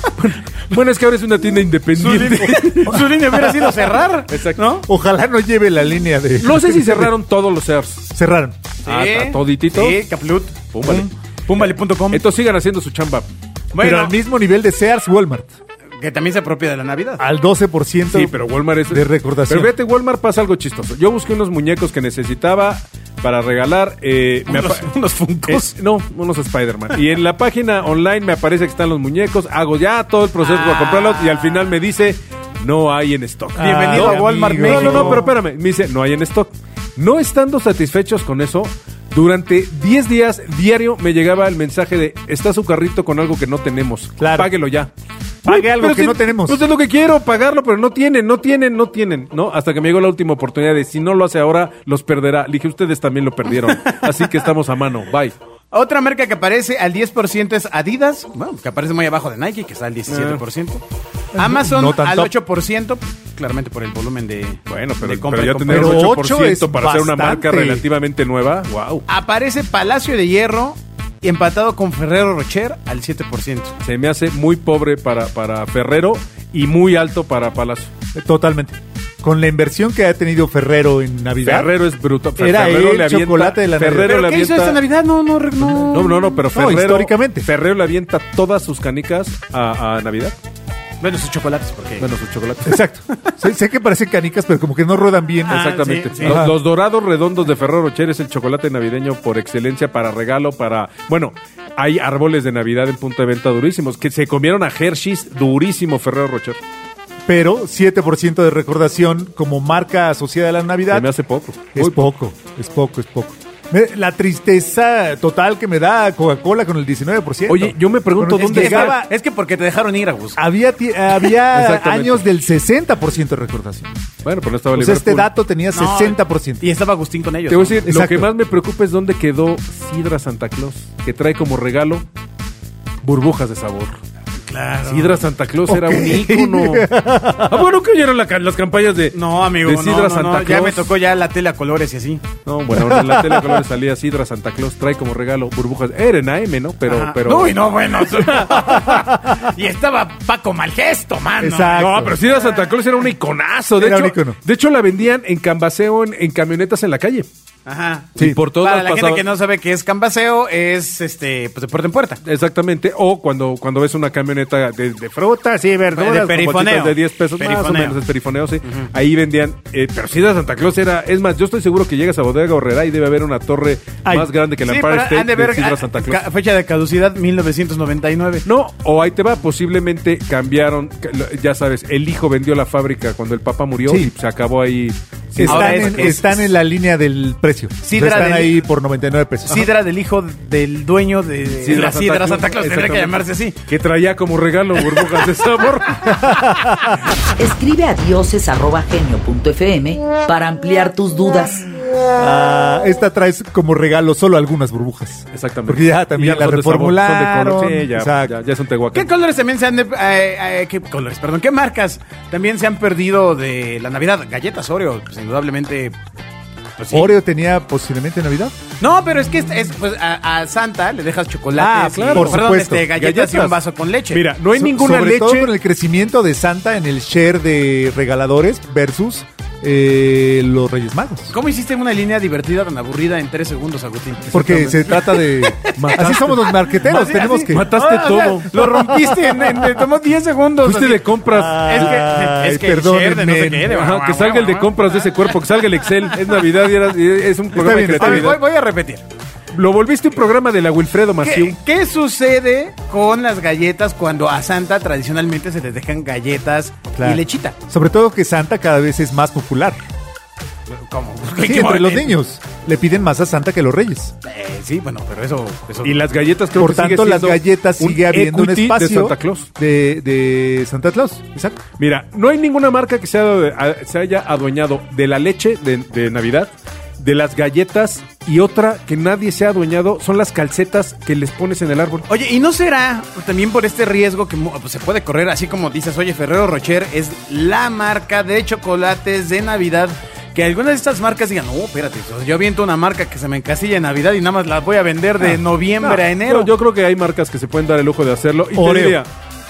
Speaker 3: bueno, es que ahora es una
Speaker 2: [laughs]
Speaker 3: tienda
Speaker 2: Su
Speaker 3: independiente.
Speaker 2: línea, su línea [laughs] hubiera sido cerrar.
Speaker 3: Exacto.
Speaker 2: ¿No?
Speaker 4: [laughs] Ojalá no lleve la línea de.
Speaker 3: [laughs] No sé si cerraron todos los Sears.
Speaker 4: Cerraron.
Speaker 3: Ah, a toditito.
Speaker 2: Sí, Caplut. Eh,
Speaker 3: Púmbale.
Speaker 2: Púmbale.com.
Speaker 3: Entonces sigan haciendo su chamba.
Speaker 4: Pero
Speaker 2: Bueno,
Speaker 4: al mismo nivel de Sears Walmart.
Speaker 2: que también se apropia de la Navidad.
Speaker 3: Ah,
Speaker 4: Al 12%.
Speaker 3: Sí, pero Walmart es
Speaker 4: de recordación.
Speaker 3: Pero fíjate, Walmart pasa algo chistoso. Yo busqué unos muñecos que necesitaba para regalar. eh, me
Speaker 2: unos, [laughs]
Speaker 3: apa-
Speaker 2: unos Funkos.
Speaker 3: eh, no, unos Spider-Man. Y en la página online me aparece que están los muñecos. Hago ya todo el proceso para comprarlos y al final me dice no hay en stock.
Speaker 4: Ah, Bienvenido
Speaker 2: a Walmart
Speaker 3: No, no,
Speaker 4: México.
Speaker 3: no, pero espérame. Me dice no hay en stock. No estando satisfechos con eso, durante 10 días diario me llegaba el mensaje de está su carrito con algo que no tenemos.
Speaker 4: Claro.
Speaker 3: Páguelo ya.
Speaker 4: Pague
Speaker 3: Güey,
Speaker 4: algo
Speaker 3: pero
Speaker 4: que no tenemos.
Speaker 3: Pues es lo que quiero, pagarlo, pero no tienen, no tienen, no tienen, ¿no? Hasta que me llegó la última oportunidad de si no lo hace ahora, los perderá. Le dije, ustedes también lo [laughs] perdieron. Así que estamos a mano. Bye.
Speaker 2: Otra marca que aparece al 10% es Adidas, bueno, que aparece muy abajo de Nike, que está al 17%.
Speaker 3: Ah.
Speaker 2: Amazon
Speaker 4: No tan
Speaker 2: al
Speaker 4: top.
Speaker 2: 8%, claramente por el volumen de,
Speaker 3: Bueno, pero,
Speaker 2: de compra.
Speaker 3: ya
Speaker 2: y
Speaker 3: tener
Speaker 2: compra.
Speaker 4: un
Speaker 3: un 8%
Speaker 4: Pero 8% es
Speaker 3: para hacer una
Speaker 4: bastante.
Speaker 3: marca relativamente nueva. Wow.
Speaker 2: Aparece Palacio de Hierro y empatado con Ferrero Rocher al 7%.
Speaker 3: Se me hace muy pobre para, para Ferrero y muy alto para Palacio.
Speaker 4: Totalmente. Con la inversión que ha tenido Ferrero en Navidad.
Speaker 3: Ferrero es bruto. Fer-
Speaker 4: Era
Speaker 3: Ferrero
Speaker 4: el chocolate de la Navidad.
Speaker 3: Ferrero
Speaker 2: ¿Pero
Speaker 3: le
Speaker 2: qué hizo
Speaker 3: avienta-
Speaker 2: esta Navidad? No, no, re- no.
Speaker 3: No, no, no, pero Ferrero.
Speaker 4: históricamente.
Speaker 3: Ferrero le avienta todas sus canicas a, a Navidad.
Speaker 2: Bueno, sus chocolates, porque.
Speaker 3: Bueno, sus chocolates.
Speaker 4: Exacto. sé, sé que parecen canicas, pero como que no ruedan bien.
Speaker 2: Ah,
Speaker 3: Exactamente.
Speaker 2: sí, sí.
Speaker 3: Los,
Speaker 4: Ajá.
Speaker 3: los dorados redondos de Ferrero Rocher es el chocolate navideño por excelencia para regalo, para... Bueno, hay árboles de Navidad en punto de venta durísimos, que se comieron a Hershey's durísimo Ferrero Rocher.
Speaker 4: Pero 7% de recordación como marca asociada a la Navidad.
Speaker 3: Se me hace poco.
Speaker 4: Es
Speaker 3: Muy
Speaker 4: poco, es poco, es poco. Me- la tristeza total que me da Coca-Cola con el 19%.
Speaker 3: Oye, yo me pregunto
Speaker 4: Con- es
Speaker 3: dónde
Speaker 4: que
Speaker 3: está-
Speaker 4: estaba-
Speaker 2: Es que porque te dejaron ir, Agus.
Speaker 3: Ah,
Speaker 4: había ti- había
Speaker 3: Exactamente.
Speaker 4: años del 60% de recordación.
Speaker 3: Bueno, pero no estaba
Speaker 2: Pues
Speaker 4: O sea, este
Speaker 3: Liverpool.
Speaker 4: dato tenía 60%.
Speaker 2: Y estaba Agustín con ellos.
Speaker 3: Te voy
Speaker 2: ¿no?
Speaker 3: a decir, lo
Speaker 4: Exacto.
Speaker 3: que más me preocupa es dónde quedó Sidra Santa Claus, que trae como regalo burbujas de sabor. Claro. Sidra Santa Claus era un
Speaker 2: [laughs]
Speaker 3: ícono. ah, bueno, que oyeron la ca- las campañas de
Speaker 2: No, amigo,
Speaker 3: de
Speaker 2: no,
Speaker 3: Sidra
Speaker 2: no,
Speaker 3: Santa
Speaker 2: no,
Speaker 3: Claus.
Speaker 2: Ya me tocó ya la tele a colores y así.
Speaker 3: No, bueno, en la tele color salía Sidra Santa Claus trae como regalo burbujas. Era en AM, ¿no? Pero,
Speaker 2: Ajá.
Speaker 3: pero.
Speaker 2: Uy, no, bueno. [laughs] y estaba Paco Malgesto, mano.
Speaker 4: Exacto.
Speaker 3: No, pero Sidra Santa Claus era un iconazo. De,
Speaker 4: Era
Speaker 3: hecho,
Speaker 4: un icono.
Speaker 3: de hecho, la vendían en cambaseo, en, en camionetas en la calle.
Speaker 2: Ajá.
Speaker 4: Sí.
Speaker 3: Y por todas
Speaker 2: Para la
Speaker 3: pasaba-
Speaker 2: gente que no sabe qué es cambaseo, es este, pues de puerta en puerta.
Speaker 3: Exactamente, o cuando, cuando ves una camioneta de, de frutas y verduras,
Speaker 2: De
Speaker 3: con
Speaker 2: perifoneo.
Speaker 3: bolsitas de 10 pesos, más o
Speaker 2: Perifoneo.
Speaker 3: menos el perifoneo, sí. Ahí vendían, eh, pero sí de Santa Claus era, es más, yo estoy seguro que llegas a Bodega Horrera y debe haber una torre
Speaker 4: Ay.
Speaker 3: más grande que la
Speaker 2: Sí,
Speaker 3: Empire
Speaker 2: pero
Speaker 3: State
Speaker 2: han de
Speaker 3: de,
Speaker 2: ver-
Speaker 3: Sidra
Speaker 2: ah,
Speaker 3: Santa Claus.
Speaker 2: ca- Fecha de caducidad 1999.
Speaker 3: No, o ahí te va, posiblemente cambiaron, ca- lo- ya sabes, el hijo vendió la fábrica cuando el papá murió
Speaker 4: Sí.
Speaker 3: y se acabó ahí. Sí,
Speaker 4: Están,
Speaker 2: Ahora es
Speaker 4: en,
Speaker 2: que-
Speaker 4: están en la línea del precio. O sea,
Speaker 2: Sidra
Speaker 4: están
Speaker 2: del-
Speaker 4: ahí por 99 pesos.
Speaker 2: Sidra del hijo del dueño de de la Sidra Santa Claus. Tendría que
Speaker 3: exactamente.
Speaker 2: llamarse así.
Speaker 3: Que traía como regalo burbujas de sabor.
Speaker 1: Escribe a dioses.genio.fm para ampliar tus dudas.
Speaker 4: Ah, esta traes como regalo solo algunas burbujas.
Speaker 3: Exactamente.
Speaker 4: Porque ya también
Speaker 3: Y
Speaker 4: la
Speaker 3: son de sabor, son de color.
Speaker 4: reformularon.
Speaker 3: Sí, ya,
Speaker 4: Exacto.
Speaker 3: ya, ya es un tehuacán.
Speaker 2: ¿Qué colores también se han de- eh, eh, qué colores, perdón, qué marcas también se han perdido de la Navidad? Galletas Oreo, pues indudablemente. pues, sí.
Speaker 4: Oreo tenía posiblemente Navidad.
Speaker 2: No, pero es que es, es, pues, a, a Santa le dejas chocolate,
Speaker 4: Ah, claro. Por
Speaker 2: perdón,
Speaker 4: supuesto.
Speaker 2: este, galletas, y
Speaker 4: Galletas.
Speaker 2: un vaso con leche.
Speaker 3: Mira, no hay
Speaker 4: So-
Speaker 3: ninguna
Speaker 4: sobre
Speaker 3: leche.
Speaker 4: todo con el crecimiento de Santa en el share de regaladores versus eh, los Reyes Magos.
Speaker 2: ¿cómo hiciste una línea divertida tan aburrida en tres segundos, Agustín?
Speaker 4: Porque se trata de...
Speaker 2: [laughs]
Speaker 4: así somos los marqueteros,
Speaker 2: Así-
Speaker 4: tenemos
Speaker 2: así.
Speaker 4: que...
Speaker 3: Mataste
Speaker 2: Ah, o sea,
Speaker 3: todo.
Speaker 2: lo rompiste, en, en- te tomó 10 segundos.
Speaker 3: Fuiste
Speaker 2: así.
Speaker 3: de compras.
Speaker 2: Ah, Es que,
Speaker 4: Ay,
Speaker 2: es que el share de no sé qué,
Speaker 4: perdónenme.
Speaker 2: de-
Speaker 3: Ajá, que salga el de compras de ese cuerpo, que salga el Excel. Es Navidad y, era- y es un programa
Speaker 4: bien,
Speaker 3: de
Speaker 2: A ver,
Speaker 3: creatividad.
Speaker 2: voy, voy a repetir.
Speaker 3: Lo volviste un programa de la Wilfredo
Speaker 2: ¿Qué,
Speaker 3: Maciú.
Speaker 2: qué sucede con las galletas cuando a Santa tradicionalmente se les dejan galletas
Speaker 4: Claro.
Speaker 2: y lechita?
Speaker 4: Sobre todo que Santa cada vez es más popular.
Speaker 2: ¿Cómo?
Speaker 4: Sí, entre los niños. Le piden más a Santa que los Reyes.
Speaker 2: Eh, sí, bueno, pero eso... eso-
Speaker 3: Y las galletas creo
Speaker 4: Por
Speaker 3: que sigue
Speaker 4: tanto, las
Speaker 3: siendo
Speaker 4: galletas
Speaker 3: un
Speaker 4: sigue habiendo un
Speaker 3: equity
Speaker 4: espacio
Speaker 3: de Santa Claus.
Speaker 4: De, de Santa Claus, exacto.
Speaker 3: Mira, no hay ninguna marca que se, ha- a- se haya adueñado de la leche de, de Navidad, de las galletas y otra que nadie se ha adueñado son las calcetas que les pones en el árbol.
Speaker 2: Oye, ¿y no será también por este riesgo que mu- pues, se puede correr? Así como dices, oye, Ferrero Rocher es la marca de chocolates de Navidad. Que algunas de estas marcas digan, no, espérate, o sea, yo aviento una marca que se me encasilla en Navidad y nada más la voy a vender de noviembre
Speaker 3: Ah, No,
Speaker 2: a enero.
Speaker 3: no, yo creo que hay marcas que se pueden dar el lujo de hacerlo. Y
Speaker 4: Oreo.
Speaker 3: te diría,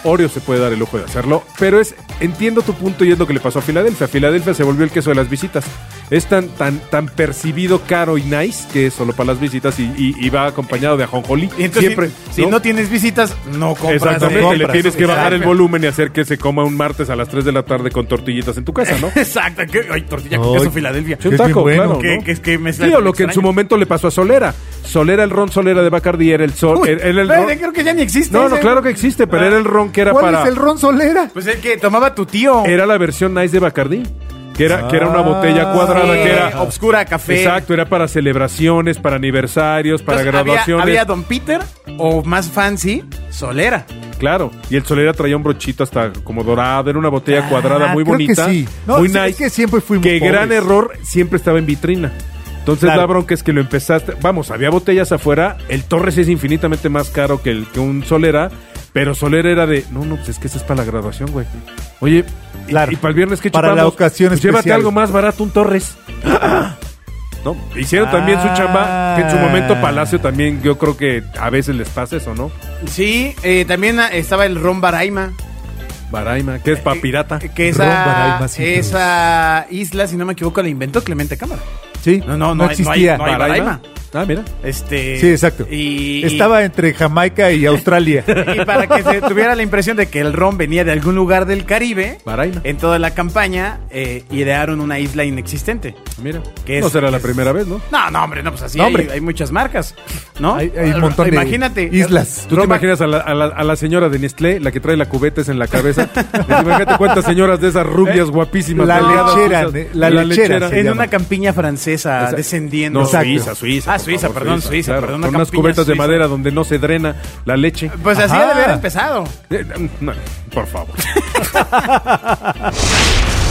Speaker 3: Oreo se puede dar el lujo de hacerlo. Pero es, entiendo tu punto y es lo que le pasó a Filadelfia. Filadelfia se volvió el queso de las visitas. Es tan, tan, tan percibido, caro y nice que es solo para las visitas y, y- y va acompañado de ajonjolí.
Speaker 2: Y entonces,
Speaker 3: Siempre.
Speaker 2: si si ¿no? tienes visitas, no compras.
Speaker 3: Exactamente,
Speaker 2: de-
Speaker 3: le tienes que bajar el
Speaker 2: Exacto.
Speaker 3: volumen y hacer que se coma un martes a las 3 de la tarde con tortillitas en tu casa, ¿no?
Speaker 2: Exacto, [laughs] que, ay, tortilla con
Speaker 4: Ay,
Speaker 2: queso Filadelfia.
Speaker 4: qué- Es bien bueno,
Speaker 3: claro,
Speaker 2: que-
Speaker 3: ¿no?
Speaker 2: que es que me-
Speaker 3: Sí, o lo que en su
Speaker 2: extraño.
Speaker 3: momento le pasó a Solera. Solera, el ron Solera de Bacardi era el sol.
Speaker 2: Uy,
Speaker 3: era- era el
Speaker 2: espérate,
Speaker 3: ron-
Speaker 2: creo que ya ni existe.
Speaker 3: No, no,
Speaker 2: ese. Ah,
Speaker 3: claro que existe, pero era el ron que era
Speaker 4: ¿Cuál
Speaker 3: para.
Speaker 4: es el ron solera?
Speaker 2: Pues el que tomaba tu tío.
Speaker 3: Era la versión nice de Bacardí. Que era, que era una botella cuadrada
Speaker 2: Ah, Sí,
Speaker 3: que era.
Speaker 2: Eh, obscura café.
Speaker 3: Exacto, era para celebraciones, para aniversarios, para
Speaker 2: Entonces, había-
Speaker 3: graduaciones.
Speaker 2: Había, Don Peter o más fancy, Solera.
Speaker 3: Claro. Y el solera traía un brochito hasta como dorado, era una botella cuadrada muy
Speaker 4: Ah, creo que
Speaker 3: bonita.
Speaker 4: sí. No,
Speaker 3: muy
Speaker 4: sí,
Speaker 3: nice.
Speaker 4: es que siempre fuimos
Speaker 3: Que gran
Speaker 4: pobres.
Speaker 3: error, siempre estaba en vitrina. Entonces
Speaker 4: Claro.
Speaker 3: la bronca es que lo empezaste. Vamos, había botellas afuera. El Torres es infinitamente más caro que, el, que un solera. Pero solera era de. No, no, pues es que esa es para la graduación, güey. Oye, y-
Speaker 4: Claro.
Speaker 3: y, para el viernes que
Speaker 4: Para la ocasión
Speaker 3: Llévate
Speaker 4: especial.
Speaker 3: algo más barato, un Torres. [gasps] ¿No? Hicieron también su chamba, que en su momento
Speaker 4: Ah.
Speaker 3: Palacio también, yo creo que a veces les pasa eso, ¿no?
Speaker 2: Sí, eh, también ah, estaba el Ron Baraima. eh,
Speaker 3: Baraima, que es pa' pirata.
Speaker 2: Que
Speaker 4: Ron Baraima,
Speaker 2: esa,
Speaker 4: sí,
Speaker 2: esa isla, si no me equivoco, la inventó Clemente Cámara.
Speaker 4: Sí,
Speaker 2: No, no, no, hay- no hay-
Speaker 4: existía.
Speaker 2: no hay Baraima.
Speaker 3: Ah, mira.
Speaker 2: Este,
Speaker 4: Sí, exacto.
Speaker 2: Y,
Speaker 4: Estaba entre Jamaica y Australia.
Speaker 2: [laughs] y para que se tuviera la impresión de que el ron venía de algún lugar del Caribe,
Speaker 3: Maraina.
Speaker 2: en toda la campaña eh, idearon una isla inexistente.
Speaker 3: Mira.
Speaker 2: ¿Qué es?
Speaker 3: no será la
Speaker 2: ¿Qué es?
Speaker 3: primera vez, ¿no?
Speaker 2: No, no, hombre, no, pues así
Speaker 4: No,
Speaker 2: hay,
Speaker 4: hombre.
Speaker 2: hay muchas marcas, ¿no?
Speaker 4: Hay- hay un montón de
Speaker 2: Imagínate,
Speaker 4: islas.
Speaker 3: ¿Tú te
Speaker 2: Roma-
Speaker 3: imaginas a la, a la- a la señora de Nestlé, la que trae la cubeta esa en la cabeza? Imagínate cuántas señoras de esas rubias guapísimas.
Speaker 4: La
Speaker 3: delgadas,
Speaker 4: lechera,
Speaker 3: rusas.
Speaker 4: ne- la lechera se
Speaker 2: En
Speaker 4: llama.
Speaker 2: una campiña francesa
Speaker 3: Esa-
Speaker 2: descendiendo.
Speaker 3: No,
Speaker 4: Exacto.
Speaker 3: Suiza, Suiza.
Speaker 2: Ah,
Speaker 3: por
Speaker 2: Suiza, perdón, Suiza, perdón, una
Speaker 3: Con unas
Speaker 2: campiña
Speaker 3: cubetas de
Speaker 2: suiza.
Speaker 3: madera donde no se drena la leche. Ah,
Speaker 2: Pues así
Speaker 4: Ajá.
Speaker 2: ha de haber empezado.
Speaker 3: Eh, no, por favor.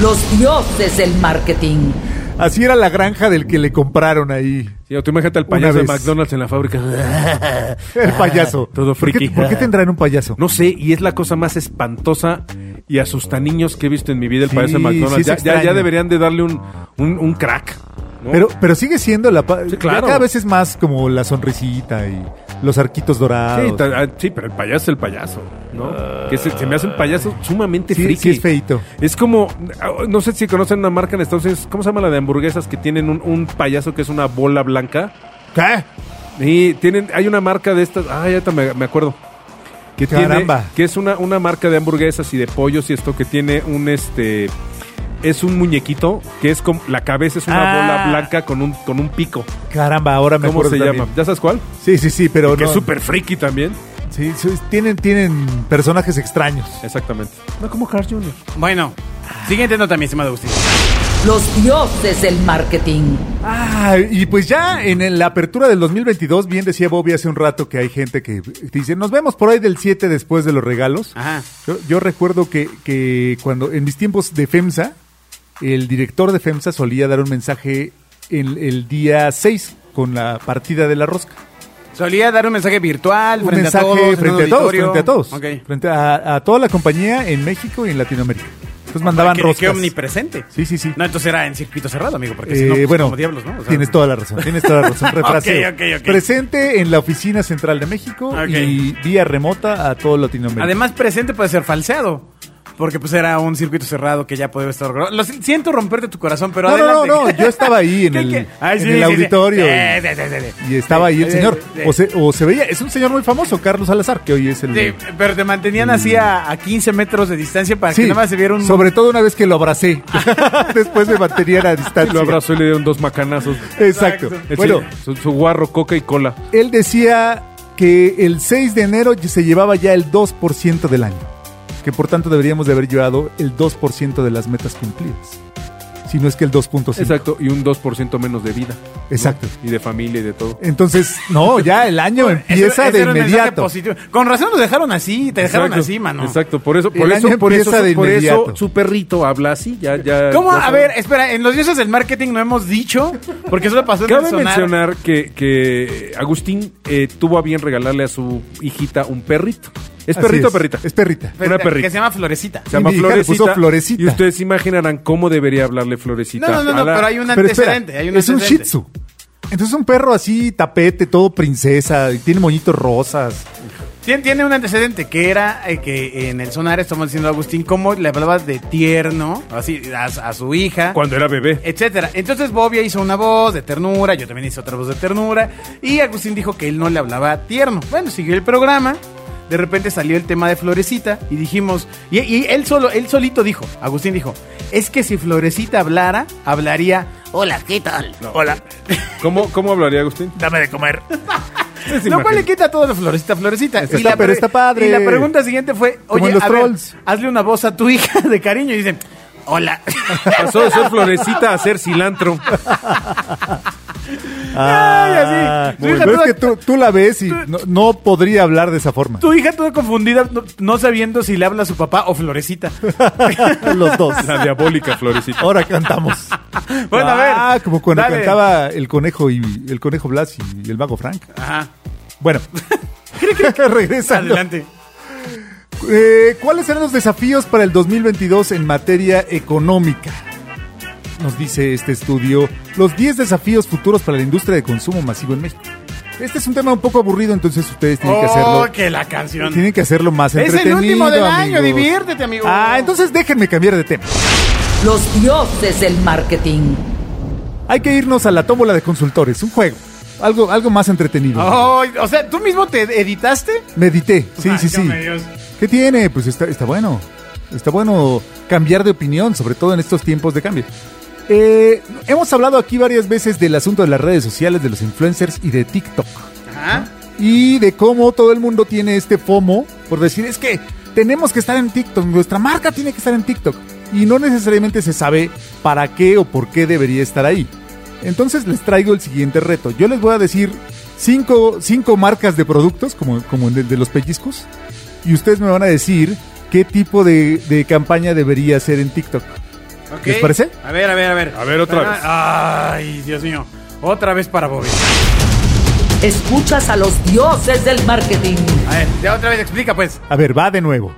Speaker 1: Los dioses del marketing.
Speaker 4: Así era la granja del que le compraron ahí.
Speaker 3: Sí, o tú imagínate al
Speaker 4: Una
Speaker 3: payaso de
Speaker 4: vez.
Speaker 3: McDonald's en la fábrica.
Speaker 4: El payaso.
Speaker 3: Ah, Todo
Speaker 4: ¿Por qué-
Speaker 3: friki.
Speaker 4: ¿Por qué, tendrán un payaso?
Speaker 3: No sé, y es la cosa más espantosa y asusta niños que he visto en mi vida el
Speaker 4: Sí,
Speaker 3: payaso de McDonald's.
Speaker 4: sí es
Speaker 3: Ya- ya, ya
Speaker 4: extraño.
Speaker 3: deberían de darle un, un, un crack. ¿no?
Speaker 4: Pero, pero sigue siendo la... pa-
Speaker 3: Sí, claro.
Speaker 4: Cada vez es más como la sonrisita y los arquitos dorados.
Speaker 3: Sí, ta- ah, sí, pero el payaso es el payaso, ¿no? que se, se me hace un payaso sumamente
Speaker 4: Sí,
Speaker 3: friki.
Speaker 4: sí es feíto.
Speaker 3: Es como, ah, no sé si conocen una marca en Estados Unidos, ¿cómo se llama la de hamburguesas que tienen un, un payaso que es una bola blanca?
Speaker 4: ¿Qué?
Speaker 3: Y tienen, hay una marca de estas, ah, ya ahorita me, me acuerdo. Que tiene-
Speaker 4: Caramba.
Speaker 3: que es una, una marca de hamburguesas y de pollos y esto que tiene un este es un muñequito que es como la cabeza es una
Speaker 4: Ah.
Speaker 3: bola blanca con un con un pico.
Speaker 4: Caramba, ahora me
Speaker 3: ¿Cómo se
Speaker 4: acuerdo
Speaker 3: llama?
Speaker 4: también.
Speaker 3: ¿Ya sabes cuál?
Speaker 4: Sí, sí, sí, pero
Speaker 3: que
Speaker 4: no.
Speaker 3: es súper friki también.
Speaker 4: Sí, sí, tienen, tienen personajes extraños.
Speaker 3: Exactamente. No como Carl Jr.
Speaker 2: Bueno, siguiente nota, mi estimado Agustín.
Speaker 1: Los dioses del marketing.
Speaker 4: Ah, y pues ya en el- la apertura del 2022, bien decía Bobby hace un rato que hay gente que dice, nos vemos por ahí del 7 después de los regalos.
Speaker 2: Ajá.
Speaker 4: Yo, yo recuerdo que, que cuando en mis tiempos de FEMSA, el director de FEMSA solía dar un mensaje el, el día 6 con la partida de la rosca.
Speaker 2: Solía dar un mensaje virtual,
Speaker 4: Un
Speaker 2: frente
Speaker 4: mensaje
Speaker 2: a todos, en un
Speaker 4: frente a todos,
Speaker 2: auditorio.
Speaker 4: frente a todos.
Speaker 2: Ok.
Speaker 4: Frente a, a toda la compañía en México y en Latinoamérica. Entonces mandaban
Speaker 2: Ah, Que- que
Speaker 4: roscas.
Speaker 2: omnipresente.
Speaker 4: Sí, sí, sí.
Speaker 2: No, entonces era en circuito cerrado, amigo, porque si
Speaker 4: Eh,
Speaker 2: no, pues,
Speaker 4: bueno,
Speaker 2: como diablos, ¿no? O sea,
Speaker 4: tienes toda la razón, tienes toda
Speaker 2: [laughs]
Speaker 4: la razón. Refraseo.
Speaker 2: Ok, ok, ok.
Speaker 4: Presente en la oficina central de México
Speaker 2: Ok.
Speaker 4: y vía remota a todo Latinoamérica.
Speaker 2: Además, presente puede ser falseado. Porque pues era un circuito cerrado que ya podía estar... Lo si- siento romperte tu corazón, pero
Speaker 4: No, no,
Speaker 2: adelante.
Speaker 4: no, no, yo estaba ahí en
Speaker 2: [laughs] ¿Qué-
Speaker 4: el-
Speaker 2: qué?
Speaker 4: en el auditorio.
Speaker 2: Sí, sí, sí, sí, sí.
Speaker 4: y estaba ahí el
Speaker 2: Sí,
Speaker 4: señor.
Speaker 2: sí,
Speaker 4: O se, o se veía, es un señor muy famoso, Carlos Salazar, que hoy es el.
Speaker 2: sí, pero te mantenían así a, a 15 metros de distancia para
Speaker 4: Sí,
Speaker 2: que nada más se viera un...
Speaker 4: sobre todo una vez que lo abracé. [laughs] Después me mantenía a distancia.
Speaker 3: Lo abrazó y le dieron dos macanazos.
Speaker 4: Exacto.
Speaker 3: El
Speaker 4: Ah, Eh, Bueno,
Speaker 3: señor, su, su guarro, coca y cola.
Speaker 4: él decía que el 6 de enero se llevaba ya el 2% del año. Que por tanto deberíamos de haber llevado el 2% de las metas cumplidas. Si no es que el 2.5.
Speaker 3: Exacto. Y un 2% menos de vida. ¿no?
Speaker 4: Exacto.
Speaker 3: Y de familia y de todo.
Speaker 4: Entonces, no, ya el
Speaker 2: [laughs]
Speaker 4: año
Speaker 2: Oh, Ese-
Speaker 4: empieza
Speaker 2: ese
Speaker 4: de
Speaker 2: era un mensaje
Speaker 4: inmediato.
Speaker 2: positivo. Con razón nos dejaron así, te dejaron
Speaker 3: Exacto,
Speaker 2: así, mano.
Speaker 3: Exacto, por eso, por
Speaker 4: El
Speaker 3: eso,
Speaker 4: año
Speaker 3: por eso,
Speaker 4: empieza de
Speaker 3: por
Speaker 4: inmediato.
Speaker 3: eso su perrito habla así, ya, ya.
Speaker 2: ¿Cómo?
Speaker 3: ya
Speaker 2: A
Speaker 3: sabe.
Speaker 2: ver, espera, en los dioses del marketing no hemos dicho, porque eso pasó en el
Speaker 3: Cabe
Speaker 2: sonar.
Speaker 3: mencionar que, que Agustín eh, tuvo a bien regalarle a su hijita un perrito. ¿Es
Speaker 4: Así
Speaker 3: perrito o
Speaker 4: es,
Speaker 3: perrita?
Speaker 4: Es perrita.
Speaker 2: Pero-
Speaker 3: Una perrita.
Speaker 2: Que se llama Florecita.
Speaker 3: Se llama
Speaker 4: Y mi hija le
Speaker 3: Florecita,
Speaker 4: puso Florecita.
Speaker 3: Y ustedes se imaginarán cómo debería hablarle Florecita.
Speaker 2: No, no, no,
Speaker 3: a
Speaker 2: no,
Speaker 3: la-
Speaker 2: pero hay un
Speaker 4: Pero espera,
Speaker 2: antecedente. hay un
Speaker 4: es un Shih
Speaker 2: antecedente.
Speaker 4: Tzu. Entonces un perro así, tapete, todo princesa, y tiene moñitos rosas.
Speaker 2: Tien- Tiene un antecedente que era eh, que en el sonar estamos diciendo a Agustín cómo le hablabas de tierno, así, a, a su hija.
Speaker 3: Cuando era bebé.
Speaker 2: Etcétera. Entonces Bobia hizo una voz de ternura, yo también hice otra voz de ternura, y Agustín dijo que él no le hablaba tierno. Bueno, siguió el programa, de repente salió el tema de Florecita, y dijimos, y, y él solo, él solito dijo, Agustín dijo, es que si Florecita hablara, hablaría, hola, ¿qué tal? Hola.
Speaker 3: ¿Cómo, cómo hablaría Agustín?
Speaker 2: Dame de comer.
Speaker 3: Ustedes se
Speaker 2: Lo cual le
Speaker 3: imaginan.
Speaker 2: quita todo de florecita, florecita.
Speaker 4: Está-
Speaker 2: la
Speaker 4: pero
Speaker 2: pre-
Speaker 4: está padre.
Speaker 2: Y la pregunta siguiente fue,
Speaker 4: Como
Speaker 2: oye,
Speaker 4: en los
Speaker 2: a ver,
Speaker 4: trolls.
Speaker 2: hazle una voz a tu hija de cariño y dicen,
Speaker 4: [laughs]
Speaker 2: hola.
Speaker 3: Pasó de ser Florecita a ser cilantro.
Speaker 2: [laughs] Ay, así.
Speaker 4: Ah, muy
Speaker 2: Su hija
Speaker 4: bien. Pero
Speaker 2: toda-
Speaker 4: es que tú, tú la ves y no, no podría hablar de esa forma.
Speaker 2: Tu hija toda confundida, no, no sabiendo si le habla a su papá o florecita.
Speaker 4: [laughs] Los dos.
Speaker 3: La diabólica
Speaker 4: [laughs]
Speaker 3: Florecita.
Speaker 4: Ahora cantamos.
Speaker 2: [laughs] Bueno, a ver.
Speaker 4: Ah, como cuando
Speaker 2: Dale.
Speaker 4: cantaba el conejo y el conejo Blas y el mago Frank. [laughs]
Speaker 2: Ajá. [laughs]
Speaker 4: Bueno, [laughs] regresando.
Speaker 2: Adelante.
Speaker 4: Eh, ¿Cuáles serán los desafíos para el 2022 en materia económica? Nos dice este estudio los 10 desafíos futuros para la industria de consumo masivo en México. Este es un tema un poco aburrido, entonces ustedes tienen que
Speaker 2: Oh,
Speaker 4: hacerlo.
Speaker 2: que la canción.
Speaker 4: Tienen que hacerlo más
Speaker 2: Es el
Speaker 4: entretenido.
Speaker 2: último del año,
Speaker 4: amigos.
Speaker 2: diviértete, amigo.
Speaker 4: Ah, entonces déjenme cambiar de tema.
Speaker 1: Los dioses del marketing.
Speaker 4: Hay que irnos a la tómbola de consultores, un juego. Algo, algo más entretenido.
Speaker 2: Ay, o sea, ¿tú mismo te editaste?
Speaker 4: Medité. Sí,
Speaker 2: Ay,
Speaker 4: sí, sí.
Speaker 2: hombre, Dios.
Speaker 4: ¿Qué tiene? Pues está, está bueno. Está bueno cambiar de opinión, sobre todo en estos tiempos de cambio. Eh, hemos hablado aquí varias veces del asunto de las redes sociales, de los influencers y de TikTok.
Speaker 2: Ajá.
Speaker 4: Y de cómo todo el mundo tiene este FOMO por decir, es que tenemos que estar en TikTok, nuestra marca tiene que estar en TikTok. Y no necesariamente se sabe para qué o por qué debería estar ahí. Entonces les traigo el siguiente reto. Yo les voy a decir cinco, cinco marcas de productos, como, como el de, de los pellizcos. Y ustedes me van a decir qué tipo de, de campaña debería hacer en TikTok.
Speaker 2: Ok.
Speaker 4: ¿Les parece?
Speaker 2: A ver, a ver, a ver. Ah,
Speaker 3: A ver, otra vez.
Speaker 2: Ay, Dios mío. Otra vez para Bobby.
Speaker 1: Escuchas a los dioses del marketing.
Speaker 2: A ver, ya otra vez explica, pues.
Speaker 4: A ver, va de nuevo.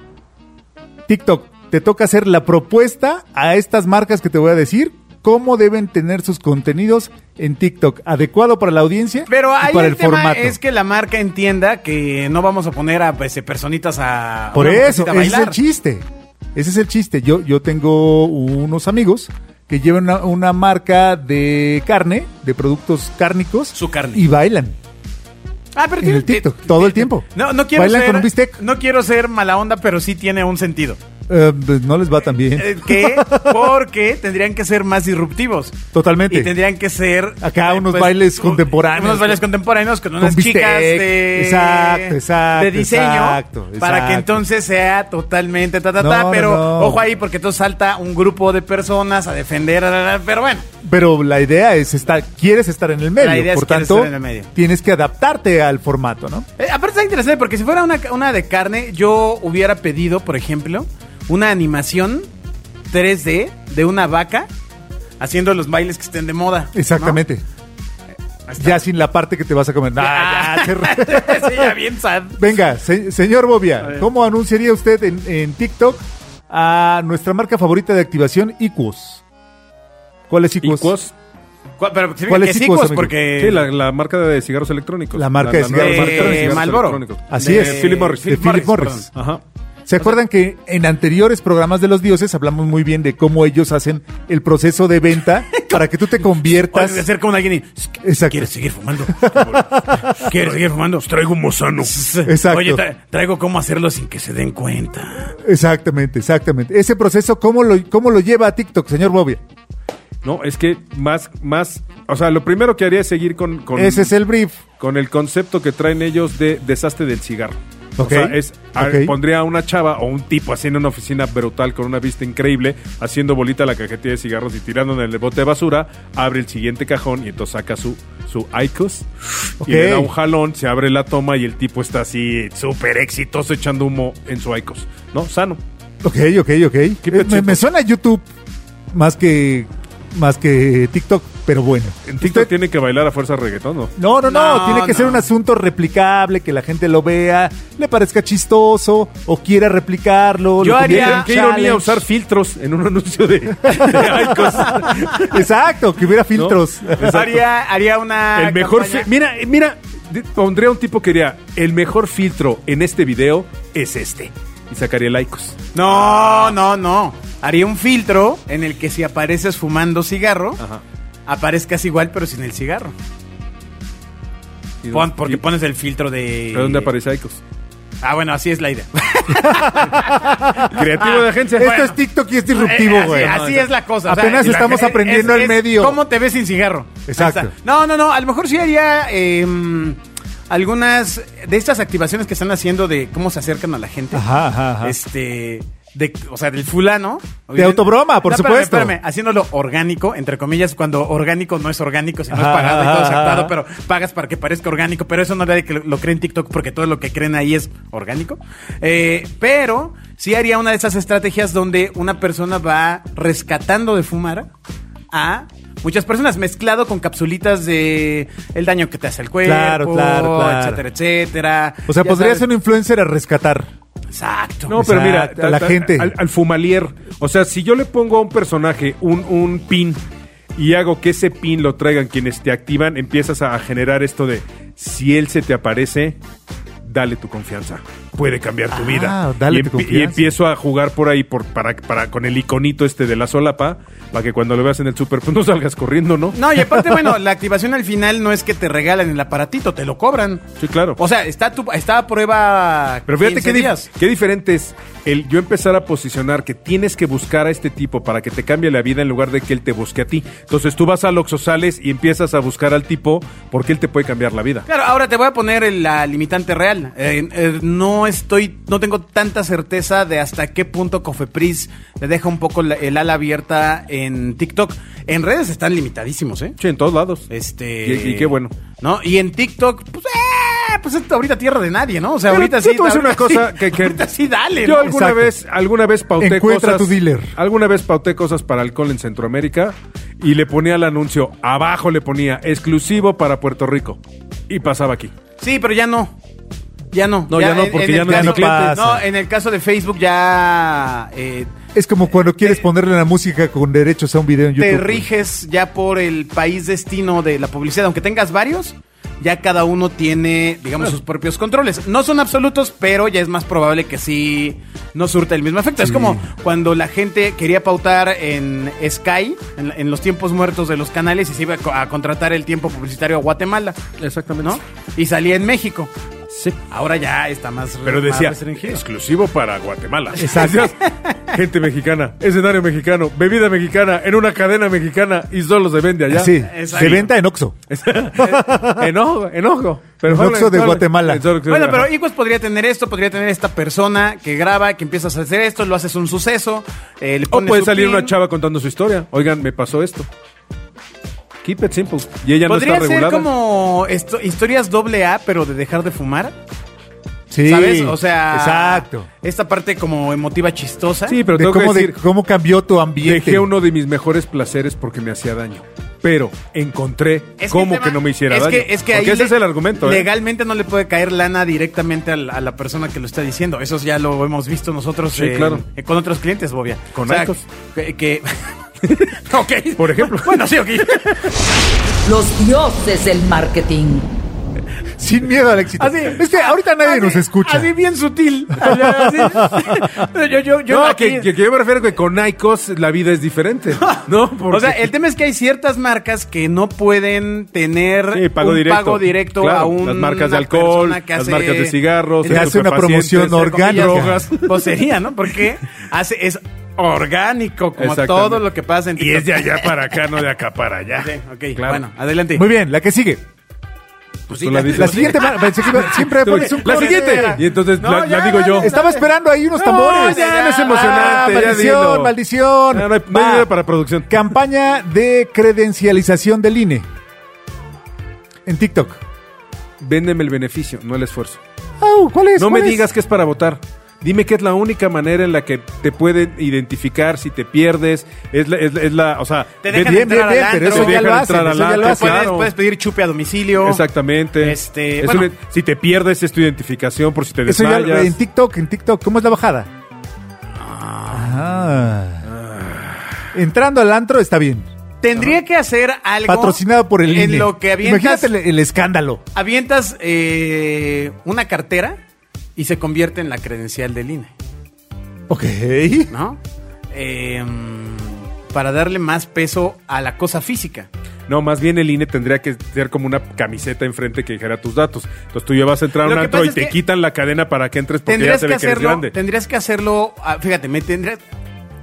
Speaker 4: TikTok, te toca hacer la propuesta a estas marcas que te voy a decir cómo deben tener sus contenidos en TikTok, adecuado para la audiencia
Speaker 2: Pero
Speaker 4: y
Speaker 2: ahí
Speaker 4: para
Speaker 2: el,
Speaker 4: el,
Speaker 2: tema
Speaker 4: formato.
Speaker 2: es que la marca entienda que no vamos a poner a pues, personitas a.
Speaker 4: Por
Speaker 2: una
Speaker 4: eso,
Speaker 2: mujercita a
Speaker 4: ese es el
Speaker 2: Ah, bailar.
Speaker 4: chiste. Ese es el chiste. Yo, yo tengo unos amigos que llevan una, una marca de carne, de productos cárnicos.
Speaker 2: Su carne.
Speaker 4: Y bailan.
Speaker 2: Ah, pero
Speaker 4: En
Speaker 2: tiene-
Speaker 4: el TikTok,
Speaker 2: ti-
Speaker 4: todo el
Speaker 2: ti-
Speaker 4: tiempo.
Speaker 2: No, no quiero
Speaker 4: Bailan
Speaker 2: ser.
Speaker 4: con un bistec.
Speaker 2: No quiero ser mala onda, pero sí tiene un sentido.
Speaker 4: Eh, pues no les va tan bien.
Speaker 2: Eh,
Speaker 4: [laughs]
Speaker 2: ¿Qué? Porque tendrían que ser más disruptivos.
Speaker 4: Totalmente.
Speaker 2: Y tendrían que ser. eh, pues,
Speaker 4: Acá unos bailes contemporáneos.
Speaker 2: Unos bailes contemporáneos con unas
Speaker 4: bistec.
Speaker 2: chicas de.
Speaker 4: Exacto, exacto,
Speaker 2: De diseño.
Speaker 4: exacto,
Speaker 2: Para que
Speaker 4: exacto.
Speaker 2: entonces sea totalmente ta, ta,
Speaker 4: No,
Speaker 2: ta.
Speaker 4: no,
Speaker 2: pero
Speaker 4: no.
Speaker 2: ojo ahí, porque entonces salta un grupo de personas a defender. la, la, la, Pero bueno.
Speaker 4: Pero la idea es estar, quieres estar en el medio,
Speaker 2: La idea es
Speaker 4: por
Speaker 2: quieres
Speaker 4: tanto,
Speaker 2: estar en el medio.
Speaker 4: tienes que adaptarte al formato, ¿no?
Speaker 2: Eh, aparte está interesante porque si fuera una, una de carne, yo hubiera pedido, por ejemplo, una animación 3D de una vaca haciendo los bailes que estén de moda. ¿no?
Speaker 4: Exactamente.
Speaker 2: Ahí está.
Speaker 4: Ya sin la parte que te vas a comer. Ah, ya, cerra-
Speaker 2: [laughs] sí, ya bien sad.
Speaker 4: [laughs] Venga, se- señor
Speaker 2: A
Speaker 4: Bobia,
Speaker 2: ver.
Speaker 4: ¿cómo anunciaría usted en, en TikTok a nuestra marca favorita de activación, Iquos? ¿Cuál es Iquos?
Speaker 3: Iquos,
Speaker 2: ¿Cuál, pero sí,
Speaker 4: ¿Cuál
Speaker 2: que
Speaker 4: es
Speaker 2: sí,
Speaker 4: Icos,
Speaker 2: pues,
Speaker 4: amigo?
Speaker 2: porque
Speaker 3: sí, la, la marca de cigarros electrónicos.
Speaker 4: eh, La marca de
Speaker 3: nueva
Speaker 4: cigarros
Speaker 3: marca
Speaker 4: electrónicos.
Speaker 3: cigarros
Speaker 2: Malboro.
Speaker 3: electrónicos.
Speaker 4: Así
Speaker 2: De
Speaker 4: es,
Speaker 3: Philip Morris.
Speaker 4: de Philip Morris.
Speaker 2: perdón.
Speaker 3: Ajá.
Speaker 4: ¿Se acuerdan que en anteriores programas de los dioses hablamos muy bien de cómo ellos hacen el proceso
Speaker 2: [laughs]
Speaker 4: de venta para que tú te
Speaker 2: Oye,
Speaker 4: conviertas?
Speaker 2: se acerca con alguien y.
Speaker 4: Exacto.
Speaker 2: ¿Quieres seguir fumando? [laughs] ¿Quieres seguir fumando?
Speaker 3: [laughs] Traigo un mozano.
Speaker 4: Exacto.
Speaker 2: Oye, tra- traigo cómo hacerlo sin que se den cuenta.
Speaker 4: Exactamente, exactamente. Ese proceso, ¿cómo lo, cómo lo lleva a TikTok, señor Bobia?
Speaker 3: No, es que más, más, o sea, lo primero que haría es seguir con, con,
Speaker 4: Ese es el brief.
Speaker 3: con el concepto que traen ellos de desastre del cigarro.
Speaker 4: Ok,
Speaker 3: O sea, es, a-
Speaker 4: ok.
Speaker 3: pondría a una chava o un tipo así en una oficina brutal con una vista increíble, haciendo bolita la cajetilla de cigarros y tirando en el bote de basura, abre el siguiente cajón y entonces saca su, su Icos
Speaker 4: Ok.
Speaker 3: y le da un jalón, se abre la toma y el tipo está así súper exitoso echando humo en su Icos. ¿No? Sano.
Speaker 4: Ok, ok, ok. Eh, Me,
Speaker 3: pechito.
Speaker 4: me suena a YouTube más que, más que TikTok, pero bueno.
Speaker 3: En TikTok
Speaker 4: Usted-
Speaker 3: tiene que bailar a fuerza reggaetón, ¿no?
Speaker 4: No, no, no,
Speaker 2: No,
Speaker 4: Tiene que
Speaker 2: no.
Speaker 4: ser un asunto replicable, que la gente lo vea, le parezca chistoso o quiera replicarlo.
Speaker 2: Yo
Speaker 4: lo convierta
Speaker 2: haría-
Speaker 4: en
Speaker 3: Qué
Speaker 4: challenge.
Speaker 3: ironía
Speaker 4: [laughs]
Speaker 3: usar filtros en un anuncio de, de Icos.
Speaker 4: Exacto, que
Speaker 2: [laughs]
Speaker 4: hubiera filtros.
Speaker 2: Haría, haría una.
Speaker 3: El mejor
Speaker 2: Ah, campaña-
Speaker 3: fi- Mira, mira, de- pondría un tipo que diría, el mejor filtro en este video es este. Y sacaría el Icos.
Speaker 2: No, no, no. Haría un filtro en el que si apareces fumando cigarro,
Speaker 3: Ajá.
Speaker 2: aparezcas igual pero sin el cigarro.
Speaker 3: Y-
Speaker 2: Pon- porque
Speaker 3: y-
Speaker 2: pones el filtro de...
Speaker 3: ¿Pero dónde aparece Icos?
Speaker 2: Ah, bueno, así es la idea.
Speaker 3: Creativo de agencia.
Speaker 4: Ah, Esto
Speaker 3: Bueno,
Speaker 4: es TikTok y es
Speaker 2: Eh,
Speaker 4: disruptivo,
Speaker 2: así-
Speaker 4: güey.
Speaker 2: Así, es la cosa.
Speaker 4: Apenas
Speaker 2: y la
Speaker 4: estamos
Speaker 2: gente-
Speaker 4: aprendiendo el medio.
Speaker 2: ¿Cómo te ves sin cigarro?
Speaker 4: Exacto.
Speaker 2: Ahí está. No, no, no. A lo mejor sí haría eh, mm, algunas de estas activaciones que están haciendo de cómo se acercan a la gente.
Speaker 4: Ajá, ajá, ajá.
Speaker 2: Este. De, o sea, del fulano.
Speaker 4: De autobroma, por
Speaker 2: espérame,
Speaker 4: supuesto.
Speaker 2: espérame, haciéndolo orgánico, entre comillas, cuando orgánico no es orgánico, sino
Speaker 4: Ajá,
Speaker 2: es pagado y todo es
Speaker 4: ajá,
Speaker 2: actuado,
Speaker 4: ajá.
Speaker 2: pero pagas para que parezca orgánico, pero eso no le da que lo, lo creen TikTok porque todo lo que creen ahí es orgánico. Eh, pero sí haría una de esas estrategias donde una persona va rescatando de fumar a muchas personas mezclado con capsulitas de el daño que te hace el cuerpo,
Speaker 4: Claro, claro, claro.
Speaker 2: etcétera, etcétera.
Speaker 4: O sea,
Speaker 2: Ya
Speaker 4: podría
Speaker 2: sabes.
Speaker 4: ser un influencer a rescatar.
Speaker 2: Exacto.
Speaker 3: No, pero mira,
Speaker 4: Exacto, a la
Speaker 3: ta- ta-
Speaker 4: gente.
Speaker 3: Al, al fumalier. O sea, si yo le pongo a un personaje un, un pin y hago que ese pin lo traigan quienes te activan, empiezas a generar esto de si él se te aparece, dale tu confianza. puede cambiar tu
Speaker 4: Ah,
Speaker 3: vida.
Speaker 4: dale
Speaker 3: y,
Speaker 4: tu
Speaker 3: empi- y
Speaker 4: confianza.
Speaker 3: empiezo a jugar por ahí por, para, para, con el iconito este de la solapa, para que cuando lo veas en el super, pues no salgas corriendo, ¿no?
Speaker 2: No, y aparte, bueno, la activación al final no es que te regalan el aparatito, te lo cobran.
Speaker 3: Sí, claro.
Speaker 2: O sea, está, tu, está a prueba.
Speaker 3: Pero fíjate
Speaker 2: 15
Speaker 3: qué, dif-
Speaker 2: días.
Speaker 3: qué diferente es el yo empezar a posicionar que tienes que buscar a este tipo para que te cambie la vida en lugar de que él te busque a ti. Entonces tú vas al Oxxo, sales y empiezas a buscar al tipo porque él te puede cambiar la vida.
Speaker 2: Claro, ahora te voy a poner el- la limitante real. Eh, eh, no estoy, no tengo tanta certeza de hasta qué punto Cofepris le deja un poco la- el ala abierta en TikTok. En redes están limitadísimos, ¿eh?
Speaker 3: Sí, en todos lados.
Speaker 2: Este.
Speaker 3: Y- y qué bueno.
Speaker 2: ¿No? Y en TikTok, pues, eh, pues es ahorita tierra de nadie, ¿no? O sea,
Speaker 3: Pero
Speaker 2: ahorita
Speaker 3: yo
Speaker 2: sí.
Speaker 3: te voy a
Speaker 2: [laughs]
Speaker 3: decir una
Speaker 2: ahorita
Speaker 3: cosa
Speaker 2: sí-
Speaker 3: que- que-
Speaker 2: ahorita sí, dale.
Speaker 3: Yo
Speaker 2: ¿no?
Speaker 3: alguna
Speaker 4: Exacto.
Speaker 3: vez, alguna vez pauté
Speaker 4: Encuentra
Speaker 3: cosas.
Speaker 4: tu dealer.
Speaker 3: Alguna vez pauté cosas para alcohol en Centroamérica y le ponía el anuncio, abajo le ponía exclusivo para Puerto Rico. Y pasaba aquí.
Speaker 2: Sí, pero ya no. Ya no.
Speaker 3: No, ya no, porque
Speaker 2: el
Speaker 3: ya no es
Speaker 2: caso-
Speaker 3: mi cliente.
Speaker 2: No, en el caso de Facebook ya eh,
Speaker 4: Es como cuando quieres ponerle la música con derechos a un video en YouTube. Ah,
Speaker 2: te
Speaker 4: güey.
Speaker 2: riges ya por el país destino de la publicidad. Aunque tengas varios, ya cada uno tiene, digamos, sus propios controles. No son absolutos, pero ya es más probable que sí no surta el mismo efecto. Es como cuando la gente quería pautar en Sky, en, la- en los tiempos muertos de los canales, y se iba a co- a contratar el tiempo publicitario a Guatemala,
Speaker 3: Exactamente.
Speaker 2: ¿no? Y salía en México.
Speaker 3: Sí.
Speaker 2: Ahora ya está más,
Speaker 3: Pero
Speaker 2: más
Speaker 3: decía,
Speaker 2: restringido.
Speaker 3: exclusivo para Guatemala.
Speaker 4: Exacto.
Speaker 3: Decías, Gente mexicana, escenario mexicano, bebida mexicana, en una cadena mexicana y solo se vende allá.
Speaker 4: Sí,
Speaker 2: Exacto.
Speaker 4: se venta en Oxxo.
Speaker 3: [laughs] enojo, enojo. Pero
Speaker 4: En
Speaker 3: habla-
Speaker 4: Oxxo de
Speaker 3: habla-
Speaker 4: Guatemala.
Speaker 3: en Oxxo de
Speaker 2: Bueno, pero
Speaker 3: Guatemala.
Speaker 2: Equals podría tener esto, podría tener esta persona que graba, que empiezas a hacer esto, lo haces un suceso, eh, le
Speaker 3: O
Speaker 2: pones
Speaker 3: puede
Speaker 2: su
Speaker 3: salir
Speaker 2: pin.
Speaker 3: una chava contando su historia. Oigan, me pasó esto. Keep it simple. Y ella no
Speaker 2: Podría
Speaker 3: está
Speaker 2: ser
Speaker 3: regulada.
Speaker 2: como esto- historias doble A, pero de dejar de fumar,
Speaker 4: Sí,
Speaker 2: ¿sabes? O sea,
Speaker 4: Exacto.
Speaker 2: Esta parte como emotiva chistosa.
Speaker 3: Sí, pero
Speaker 4: De
Speaker 3: tengo que
Speaker 4: cómo, de-
Speaker 3: decir,
Speaker 4: cómo cambió tu ambiente.
Speaker 3: dejé uno de mis mejores placeres porque me hacía daño. Pero encontré
Speaker 2: Es el
Speaker 3: cómo que,
Speaker 2: tema
Speaker 3: no me hiciera
Speaker 2: es
Speaker 3: daño.
Speaker 2: Que, es que
Speaker 3: porque
Speaker 2: ahí
Speaker 3: ese
Speaker 2: le-
Speaker 3: es el argumento. ¿eh?
Speaker 2: Legalmente no le puede caer lana directamente a la, a la persona que lo está diciendo. Eso ya lo hemos visto nosotros
Speaker 3: Sí,
Speaker 2: eh,
Speaker 3: claro.
Speaker 2: eh, con otros clientes, Bobia.
Speaker 3: Con
Speaker 2: actos
Speaker 3: Atos.
Speaker 2: Que,
Speaker 3: [laughs]
Speaker 2: que- [laughs] ok. [laughs]
Speaker 3: Por ejemplo.
Speaker 2: Bueno, sí, ok.
Speaker 1: Los dioses del marketing.
Speaker 4: Sin miedo al
Speaker 3: Ah,
Speaker 4: éxito.
Speaker 2: Así.
Speaker 4: es que ahorita nadie
Speaker 2: Así-
Speaker 4: nos escucha.
Speaker 2: Así bien sutil. Así- yo, yo, yo
Speaker 3: no,
Speaker 2: aquí-
Speaker 3: que, que- que yo me refiero que con Icos la vida
Speaker 2: [laughs]
Speaker 3: es diferente. No, porque
Speaker 2: O sea, el tema es que hay ciertas marcas que no pueden tener
Speaker 3: Sí, pago
Speaker 2: un
Speaker 3: directo.
Speaker 2: pago directo
Speaker 3: Claro,
Speaker 2: a un
Speaker 3: las marcas de
Speaker 2: una
Speaker 3: alcohol,
Speaker 2: persona que
Speaker 3: las
Speaker 2: hace-
Speaker 3: marcas de cigarros,
Speaker 4: Que hace una
Speaker 3: estupefacientes,
Speaker 4: promoción
Speaker 3: entre comillas,
Speaker 4: orgánica.
Speaker 3: drogas.
Speaker 2: [laughs] Pues sería, ¿no? Porque hace, es orgánico, como
Speaker 3: Exactamente.
Speaker 2: todo lo que pasa en
Speaker 3: Y es de
Speaker 2: TikTok.
Speaker 3: allá para acá, no de acá para allá.
Speaker 2: Sí, ok,
Speaker 3: Claro.
Speaker 2: bueno, adelante.
Speaker 4: Muy bien, la que sigue.
Speaker 2: Pues
Speaker 3: Tú la dices.
Speaker 4: La siguiente, ma- pensé que iba- siempre
Speaker 3: Tú-
Speaker 4: pones un
Speaker 3: la
Speaker 4: corte.
Speaker 3: siguiente. Y entonces
Speaker 2: No,
Speaker 3: la, la
Speaker 2: ya,
Speaker 3: digo
Speaker 2: ya,
Speaker 3: yo.
Speaker 2: ya.
Speaker 4: Estaba esperando ahí unos tambores.
Speaker 2: ya, no es
Speaker 4: Ah,
Speaker 2: emocionante,
Speaker 3: ya
Speaker 4: maldición,
Speaker 3: dilo.
Speaker 4: maldición.
Speaker 3: No, no hay- no hay
Speaker 4: Va.
Speaker 3: dinero para producción.
Speaker 4: Campaña de credencialización del INE. En TikTok.
Speaker 3: Véndeme el beneficio, no el esfuerzo.
Speaker 4: Au, Oh, ¿Cuál es?
Speaker 3: No me
Speaker 4: ¿Cuál es?
Speaker 3: digas que es para votar. Dime que es la única manera en la que te pueden identificar si te pierdes. Es la, es la- es la- o sea,
Speaker 2: Te dejan
Speaker 4: Bien,
Speaker 2: entrar
Speaker 4: bien,
Speaker 2: al
Speaker 4: bien,
Speaker 2: antro,
Speaker 4: pero eso
Speaker 3: te
Speaker 4: ya
Speaker 3: dejan
Speaker 4: lo hacen.
Speaker 3: entrar al
Speaker 4: Eso ya
Speaker 3: antro,
Speaker 4: lo hacen.
Speaker 2: puedes,
Speaker 3: Ah, claro.
Speaker 2: puedes pedir chupe a domicilio.
Speaker 3: Exactamente.
Speaker 2: Este,
Speaker 3: Es
Speaker 2: bueno.
Speaker 3: una- si te pierdes es tu identificación por si te
Speaker 4: Eso ya lo-
Speaker 3: desmayas.
Speaker 4: en TikTok, en TikTok. ¿Cómo es la bajada? Ah. Entrando al antro está bien.
Speaker 2: Tendría que hacer algo.
Speaker 4: Patrocinado por el
Speaker 2: En
Speaker 4: INE.
Speaker 2: lo que avientas,
Speaker 4: Imagínate el, el escándalo.
Speaker 2: avientas eh, una cartera y se convierte en la credencial del INE,
Speaker 3: [laughs]
Speaker 4: Ok.
Speaker 2: ¿no? Eh, para darle más peso a la cosa física.
Speaker 3: No, más bien el INE tendría que ser como una camiseta enfrente que dijera tus datos. Entonces tú ya vas a entrar a
Speaker 2: Lo
Speaker 3: un
Speaker 2: que
Speaker 3: antro
Speaker 2: pasa
Speaker 3: y
Speaker 2: es
Speaker 3: te
Speaker 2: que
Speaker 3: quitan la cadena para que entres porque ya
Speaker 2: Tendrías
Speaker 3: se
Speaker 2: que,
Speaker 3: ve que eres
Speaker 2: hacerlo,
Speaker 3: grande.
Speaker 2: tendrías que hacerlo. ah, Fíjate, me tendrías.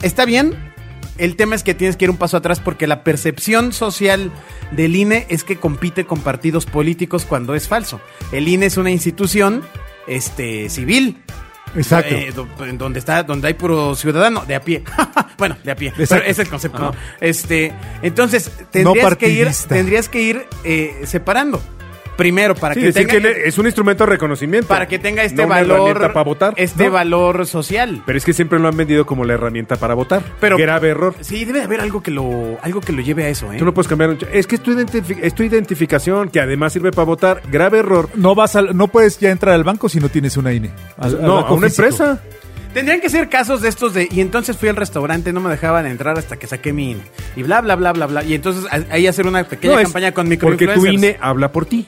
Speaker 2: Está bien. El tema es que tienes que ir un paso atrás porque la percepción social del INE es que compite con partidos políticos cuando es falso. El INE es una institución este, civil.
Speaker 4: Exacto.
Speaker 2: eh, do- en donde está, donde hay puro ciudadano de a pie. [laughs] bueno, de a pie. Pero
Speaker 4: Exacto.
Speaker 2: ese es el concepto. ¿no? Este, entonces tendrías que ir,
Speaker 4: partidista.
Speaker 2: tendrías que ir eh, separando primero para
Speaker 3: Sí,
Speaker 2: que
Speaker 3: decir
Speaker 2: tenga
Speaker 3: que le- es un instrumento de reconocimiento.
Speaker 2: para que tenga este
Speaker 3: no una
Speaker 2: valor
Speaker 3: herramienta para votar.
Speaker 2: este
Speaker 3: ¿no?
Speaker 2: valor social
Speaker 3: Pero es que siempre lo han vendido como la herramienta para votar.
Speaker 2: Pero-
Speaker 3: Grave error.
Speaker 2: sí debe de haber algo que lo algo que lo lleve a eso ¿eh?
Speaker 3: Tú no puedes cambiar. un ch- Es que es tu, identifi- es tu identificación que además sirve para votar. Grave error.
Speaker 4: No vas al- no puedes ya entrar al banco si no tienes una INE. Al- al
Speaker 3: Pues, no,
Speaker 4: banco
Speaker 3: a una
Speaker 4: físico.
Speaker 3: empresa.
Speaker 2: tendrían que ser casos de estos de y entonces fui al restaurante no me dejaban entrar hasta que saqué mi INE y bla bla bla bla bla y entonces a- ahí hacer una pequeña
Speaker 3: No, es
Speaker 2: campaña con
Speaker 3: Porque tu E
Speaker 2: microinfluencers
Speaker 3: INE habla por ti.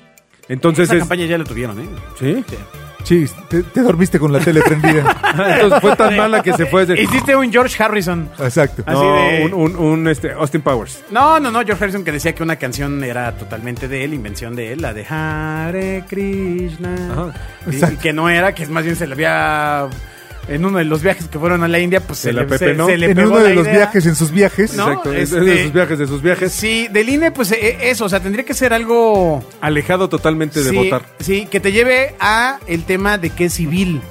Speaker 3: Entonces
Speaker 2: esa
Speaker 3: pues, es-
Speaker 2: campaña ya la tuvieron ¿eh?
Speaker 3: ¿Sí?
Speaker 4: Chis, te, te dormiste con la tele prendida.
Speaker 3: [laughs] Entonces fue tan mala que se fue. ese-
Speaker 2: Hiciste un George Harrison.
Speaker 4: [laughs] Exacto.
Speaker 2: así
Speaker 3: No,
Speaker 2: de-
Speaker 3: un, un- un, este, Austin Powers.
Speaker 2: No, no, no, George Harrison que decía que una canción era totalmente de él, invención de él, la de Hare Krishna.
Speaker 3: Ajá,
Speaker 2: Y- y,
Speaker 4: exacto.
Speaker 2: que no era, que es más bien se le había. En uno de los viajes que fueron a la India, pues
Speaker 3: Se
Speaker 2: se,
Speaker 3: la
Speaker 2: le, se-
Speaker 3: pepenó.
Speaker 2: se le
Speaker 4: en
Speaker 2: pegó
Speaker 4: uno de
Speaker 2: la
Speaker 4: los
Speaker 2: idea.
Speaker 4: viajes, en sus viajes.
Speaker 2: No,
Speaker 3: Exacto. es- es
Speaker 2: este-
Speaker 3: de sus viajes, de sus viajes.
Speaker 2: Sí, del INE, pues e- e- eso, o sea, tendría que ser algo.
Speaker 3: Alejado totalmente de
Speaker 2: sí,
Speaker 3: votar.
Speaker 2: Sí, que te lleve a el tema de que es civil.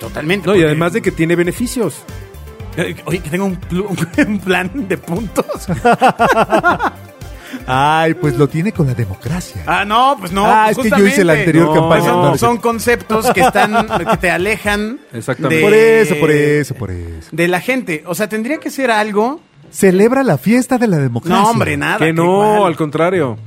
Speaker 2: Totalmente.
Speaker 3: No, y
Speaker 2: porque-
Speaker 3: además de que tiene beneficios.
Speaker 2: Eh, Oye, que tenga un, plu- [laughs] un plan de puntos.
Speaker 4: Ay, pues lo tiene con la democracia.
Speaker 2: Ah, no, pues no.
Speaker 4: Ah,
Speaker 2: pues
Speaker 4: es que yo hice la
Speaker 2: justamente.
Speaker 4: anterior
Speaker 2: No, pues
Speaker 4: campaña.
Speaker 2: son,
Speaker 4: No, no,
Speaker 2: son conceptos que
Speaker 4: [laughs]
Speaker 2: están, que te alejan.
Speaker 3: Exactamente.
Speaker 4: Por eso, por eso, por eso.
Speaker 2: De la gente. O sea, tendría que ser algo.
Speaker 4: Celebra la fiesta de la democracia.
Speaker 2: No, hombre, nada.
Speaker 3: que
Speaker 2: qué
Speaker 3: no,
Speaker 2: igual.
Speaker 3: al contrario.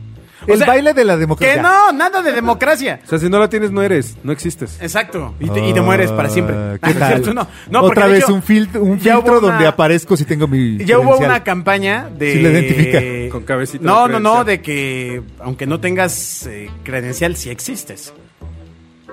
Speaker 4: El
Speaker 2: o sea,
Speaker 4: baile de la
Speaker 2: Que
Speaker 4: democracia.
Speaker 2: no, nada de democracia.
Speaker 3: O sea, si no la tienes, no eres, no
Speaker 2: Eh,
Speaker 3: existes.
Speaker 2: Exacto. Y te, y te mueres para siempre.
Speaker 4: Ah,
Speaker 2: Ah, [laughs]
Speaker 4: ¿Qué
Speaker 2: no es
Speaker 4: tal?
Speaker 2: cierto, no. No, porque
Speaker 4: Otra
Speaker 2: de
Speaker 4: vez
Speaker 2: hecho,
Speaker 4: un, filtro, un
Speaker 2: ya hubo
Speaker 4: filtro
Speaker 2: una-
Speaker 4: donde aparezco si tengo mi.
Speaker 2: Ya hubo
Speaker 4: credencial.
Speaker 2: una campaña de.
Speaker 4: Sí, la identifica.
Speaker 3: Con cabecita
Speaker 2: No,
Speaker 3: de
Speaker 2: no, no,
Speaker 3: credencial.
Speaker 2: de que aunque no tengas eh, credencial, sí existes.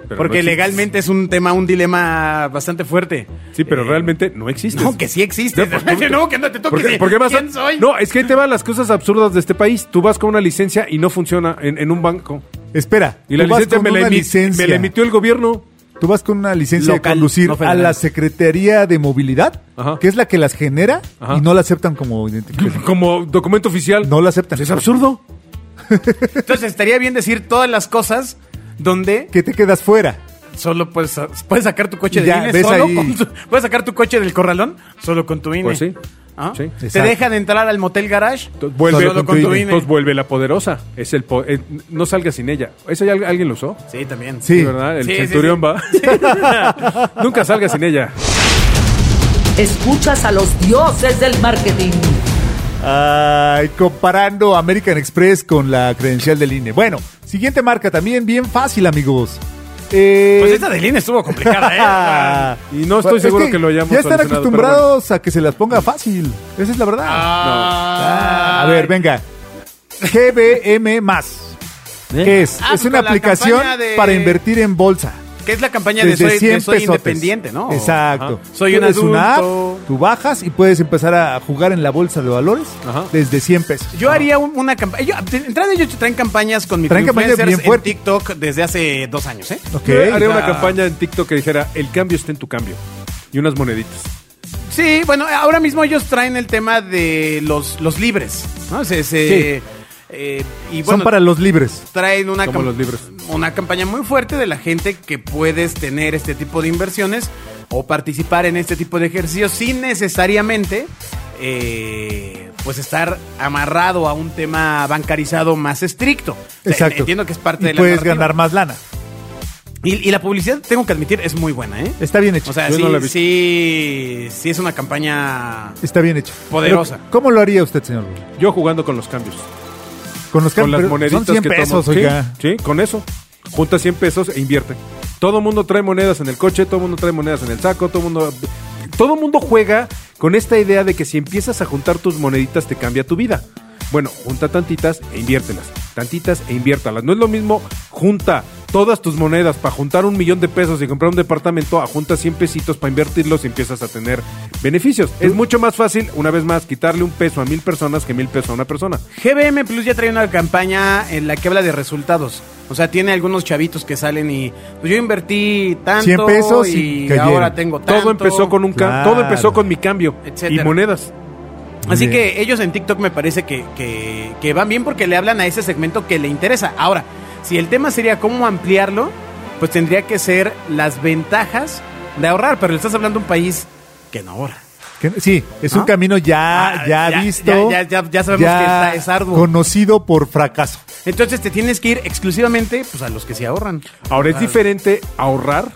Speaker 3: Pero
Speaker 2: Porque
Speaker 3: no existes.
Speaker 2: legalmente es un tema, un dilema bastante fuerte.
Speaker 3: Sí, pero
Speaker 2: Eh,
Speaker 3: realmente no existes.
Speaker 2: No, que sí existe.
Speaker 3: No, pues, tú-
Speaker 2: [laughs] no, que no te toques.
Speaker 3: Porque,
Speaker 2: de
Speaker 3: porque vas a-
Speaker 2: ¿Quién soy?
Speaker 3: No, es que ahí te van las cosas absurdas de este país. Tú vas con una licencia y no funciona en, en un banco.
Speaker 4: Espera.
Speaker 3: Y la
Speaker 4: tú vas
Speaker 3: licencia
Speaker 4: con
Speaker 3: me la,
Speaker 4: una
Speaker 3: emi- me la emitió el gobierno. [laughs]
Speaker 4: Tú vas con una licencia
Speaker 2: Local,
Speaker 4: de conducir
Speaker 2: no
Speaker 4: a
Speaker 2: federal.
Speaker 4: la Secretaría de Movilidad,
Speaker 3: Ajá.
Speaker 4: que es la que las genera
Speaker 3: Ajá.
Speaker 4: y no la aceptan como identificación.
Speaker 3: Como documento oficial.
Speaker 4: No la aceptan.
Speaker 3: Es absurdo.
Speaker 2: Entonces estaría bien decir todas las cosas donde
Speaker 4: Que te quedas fuera.
Speaker 2: solo puedes, sa- puedes sacar tu coche de
Speaker 4: Ya,
Speaker 2: INE
Speaker 4: ves
Speaker 2: solo
Speaker 4: ahí.
Speaker 2: con tu- puedes sacar tu coche del corralón solo con tu INE.
Speaker 3: Pues sí.
Speaker 2: ¿Ah?
Speaker 3: Sí.
Speaker 2: Te
Speaker 4: Exacto.
Speaker 2: dejan entrar al motel garage
Speaker 3: Entonces, vuelve,
Speaker 2: solo con tu INE.
Speaker 3: entonces vuelve la poderosa. Es el po- eh, no salgas sin ella. ¿Eso ya al- alguien lo usó?
Speaker 2: Sí, también.
Speaker 4: Sí.
Speaker 3: ¿Verdad? El
Speaker 2: Sí, sí,
Speaker 3: centurión
Speaker 2: sí. [laughs]
Speaker 3: va. Nunca salgas sin ella.
Speaker 1: Escuchas a los dioses del marketing.
Speaker 4: Ay, comparando American Express con la credencial del INE. Bueno, siguiente marca también, bien fácil, amigos. Eh, Pues,
Speaker 2: Pues
Speaker 4: [laughs]
Speaker 2: esta del INE estuvo complicada, ¿eh? Ah,
Speaker 3: Y no estoy
Speaker 4: Es
Speaker 3: seguro que lo hayamos
Speaker 4: Ya están
Speaker 3: solucionado,
Speaker 4: acostumbrados a que se las ponga fácil. Esa es la verdad. Ah, a ver, venga. GBM más.
Speaker 3: ¿Eh?
Speaker 4: ¿Qué es?
Speaker 2: Ah,
Speaker 4: es
Speaker 2: pues
Speaker 4: una
Speaker 2: con la
Speaker 4: aplicaña aplicación
Speaker 2: campaña de-
Speaker 4: para invertir en bolsa.
Speaker 2: Que es la campaña de
Speaker 4: Desde
Speaker 2: soy,
Speaker 4: 100
Speaker 2: de soy
Speaker 4: pesotes.
Speaker 2: independiente, ¿no?
Speaker 4: Exacto.
Speaker 2: Ajá. Soy un
Speaker 4: Tú eres una
Speaker 2: adulto.
Speaker 4: app, tú bajas y puedes empezar a jugar en la bolsa de valores
Speaker 3: Ajá.
Speaker 4: desde 100 pesos.
Speaker 2: Yo haría un- una campaña. yo- de Entrada, ellos traen campañas con mis
Speaker 4: Ah. Traen campañas
Speaker 2: influencers
Speaker 4: bien
Speaker 2: en
Speaker 4: fuerte.
Speaker 2: TikTok desde hace dos años, ¿eh?
Speaker 4: Ok.
Speaker 3: Yo haría una
Speaker 2: Ah.
Speaker 3: campaña en TikTok que dijera, el cambio está en tu cambio. Y unas moneditas.
Speaker 2: Sí, bueno, ahora mismo ellos traen el tema de los, los libres, ¿no? Se, se- eh, y bueno,
Speaker 4: Son para los libres.
Speaker 2: traen una,
Speaker 3: Como
Speaker 2: cam-
Speaker 3: los libros.
Speaker 2: una campaña muy fuerte de la gente que puedes tener este tipo de inversiones o participar en este tipo de ejercicios sin necesariamente eh, pues estar amarrado a un tema bancarizado más estricto. O sea,
Speaker 4: Exacto.
Speaker 2: eh, Entiendo que es parte
Speaker 4: Y
Speaker 2: de la
Speaker 4: Puedes
Speaker 2: narrativa.
Speaker 4: ganar más lana.
Speaker 2: Y, y la publicidad, tengo que admitir, es muy buena, ¿eh?
Speaker 4: Está bien hecho.
Speaker 2: O sea,
Speaker 3: Yo
Speaker 2: sí,
Speaker 3: no la he visto.
Speaker 2: sí, sí es una campaña...
Speaker 4: Está bien hecho.
Speaker 2: Poderosa.
Speaker 4: Pero, ¿Cómo lo haría usted, señor?
Speaker 3: Yo jugando con los cambios.
Speaker 4: Con los
Speaker 3: Con
Speaker 4: cambios,
Speaker 3: las
Speaker 4: pero
Speaker 3: moneditas
Speaker 4: Son 100
Speaker 3: que tomo.
Speaker 4: pesos,
Speaker 3: Sí,
Speaker 4: oiga.
Speaker 3: Sí, con eso. Junta 100 pesos e invierte. Todo mundo trae monedas en el coche, todo mundo trae monedas en el saco, todo mundo... Todo mundo juega con esta idea de que si empiezas a juntar tus moneditas te cambia tu vida. Bueno, junta tantitas e inviértelas. Tantitas e inviértalas. No es lo mismo junta todas tus monedas para juntar un millón de pesos y comprar un departamento a junta 100 pesitos para invertirlos y empiezas a tener beneficios. Es mucho más fácil, una vez más, quitarle un peso a mil personas que mil pesos a una persona.
Speaker 2: GBM Plus ya trae una campaña en la que habla de resultados. O sea, tiene algunos chavitos que salen y pues yo invertí tanto
Speaker 4: 100 pesos
Speaker 2: y,
Speaker 4: y cayeron.
Speaker 2: ahora tengo tanto.
Speaker 3: Todo empezó con un cam-
Speaker 4: Claro.
Speaker 3: todo empezó con mi cambio
Speaker 2: Etcétera.
Speaker 3: y monedas.
Speaker 2: Así
Speaker 4: Bien.
Speaker 2: que ellos en TikTok me parece que, que- que van bien porque le hablan a ese segmento que le interesa. Ahora, si el tema sería cómo ampliarlo, pues tendría que ser las ventajas de ahorrar, pero le estás hablando a un país que no ahorra.
Speaker 4: Que- Sí, es
Speaker 2: ¿No?
Speaker 4: un camino ya,
Speaker 2: Ah,
Speaker 4: ya,
Speaker 2: ya-
Speaker 4: visto.
Speaker 2: ya- ya- ya- ya sabemos que está- es arduo.
Speaker 4: Conocido por fracaso.
Speaker 2: Entonces te tienes que ir exclusivamente pues, a los que sí ahorran.
Speaker 3: Ahora es
Speaker 2: Ah.
Speaker 3: diferente ahorrar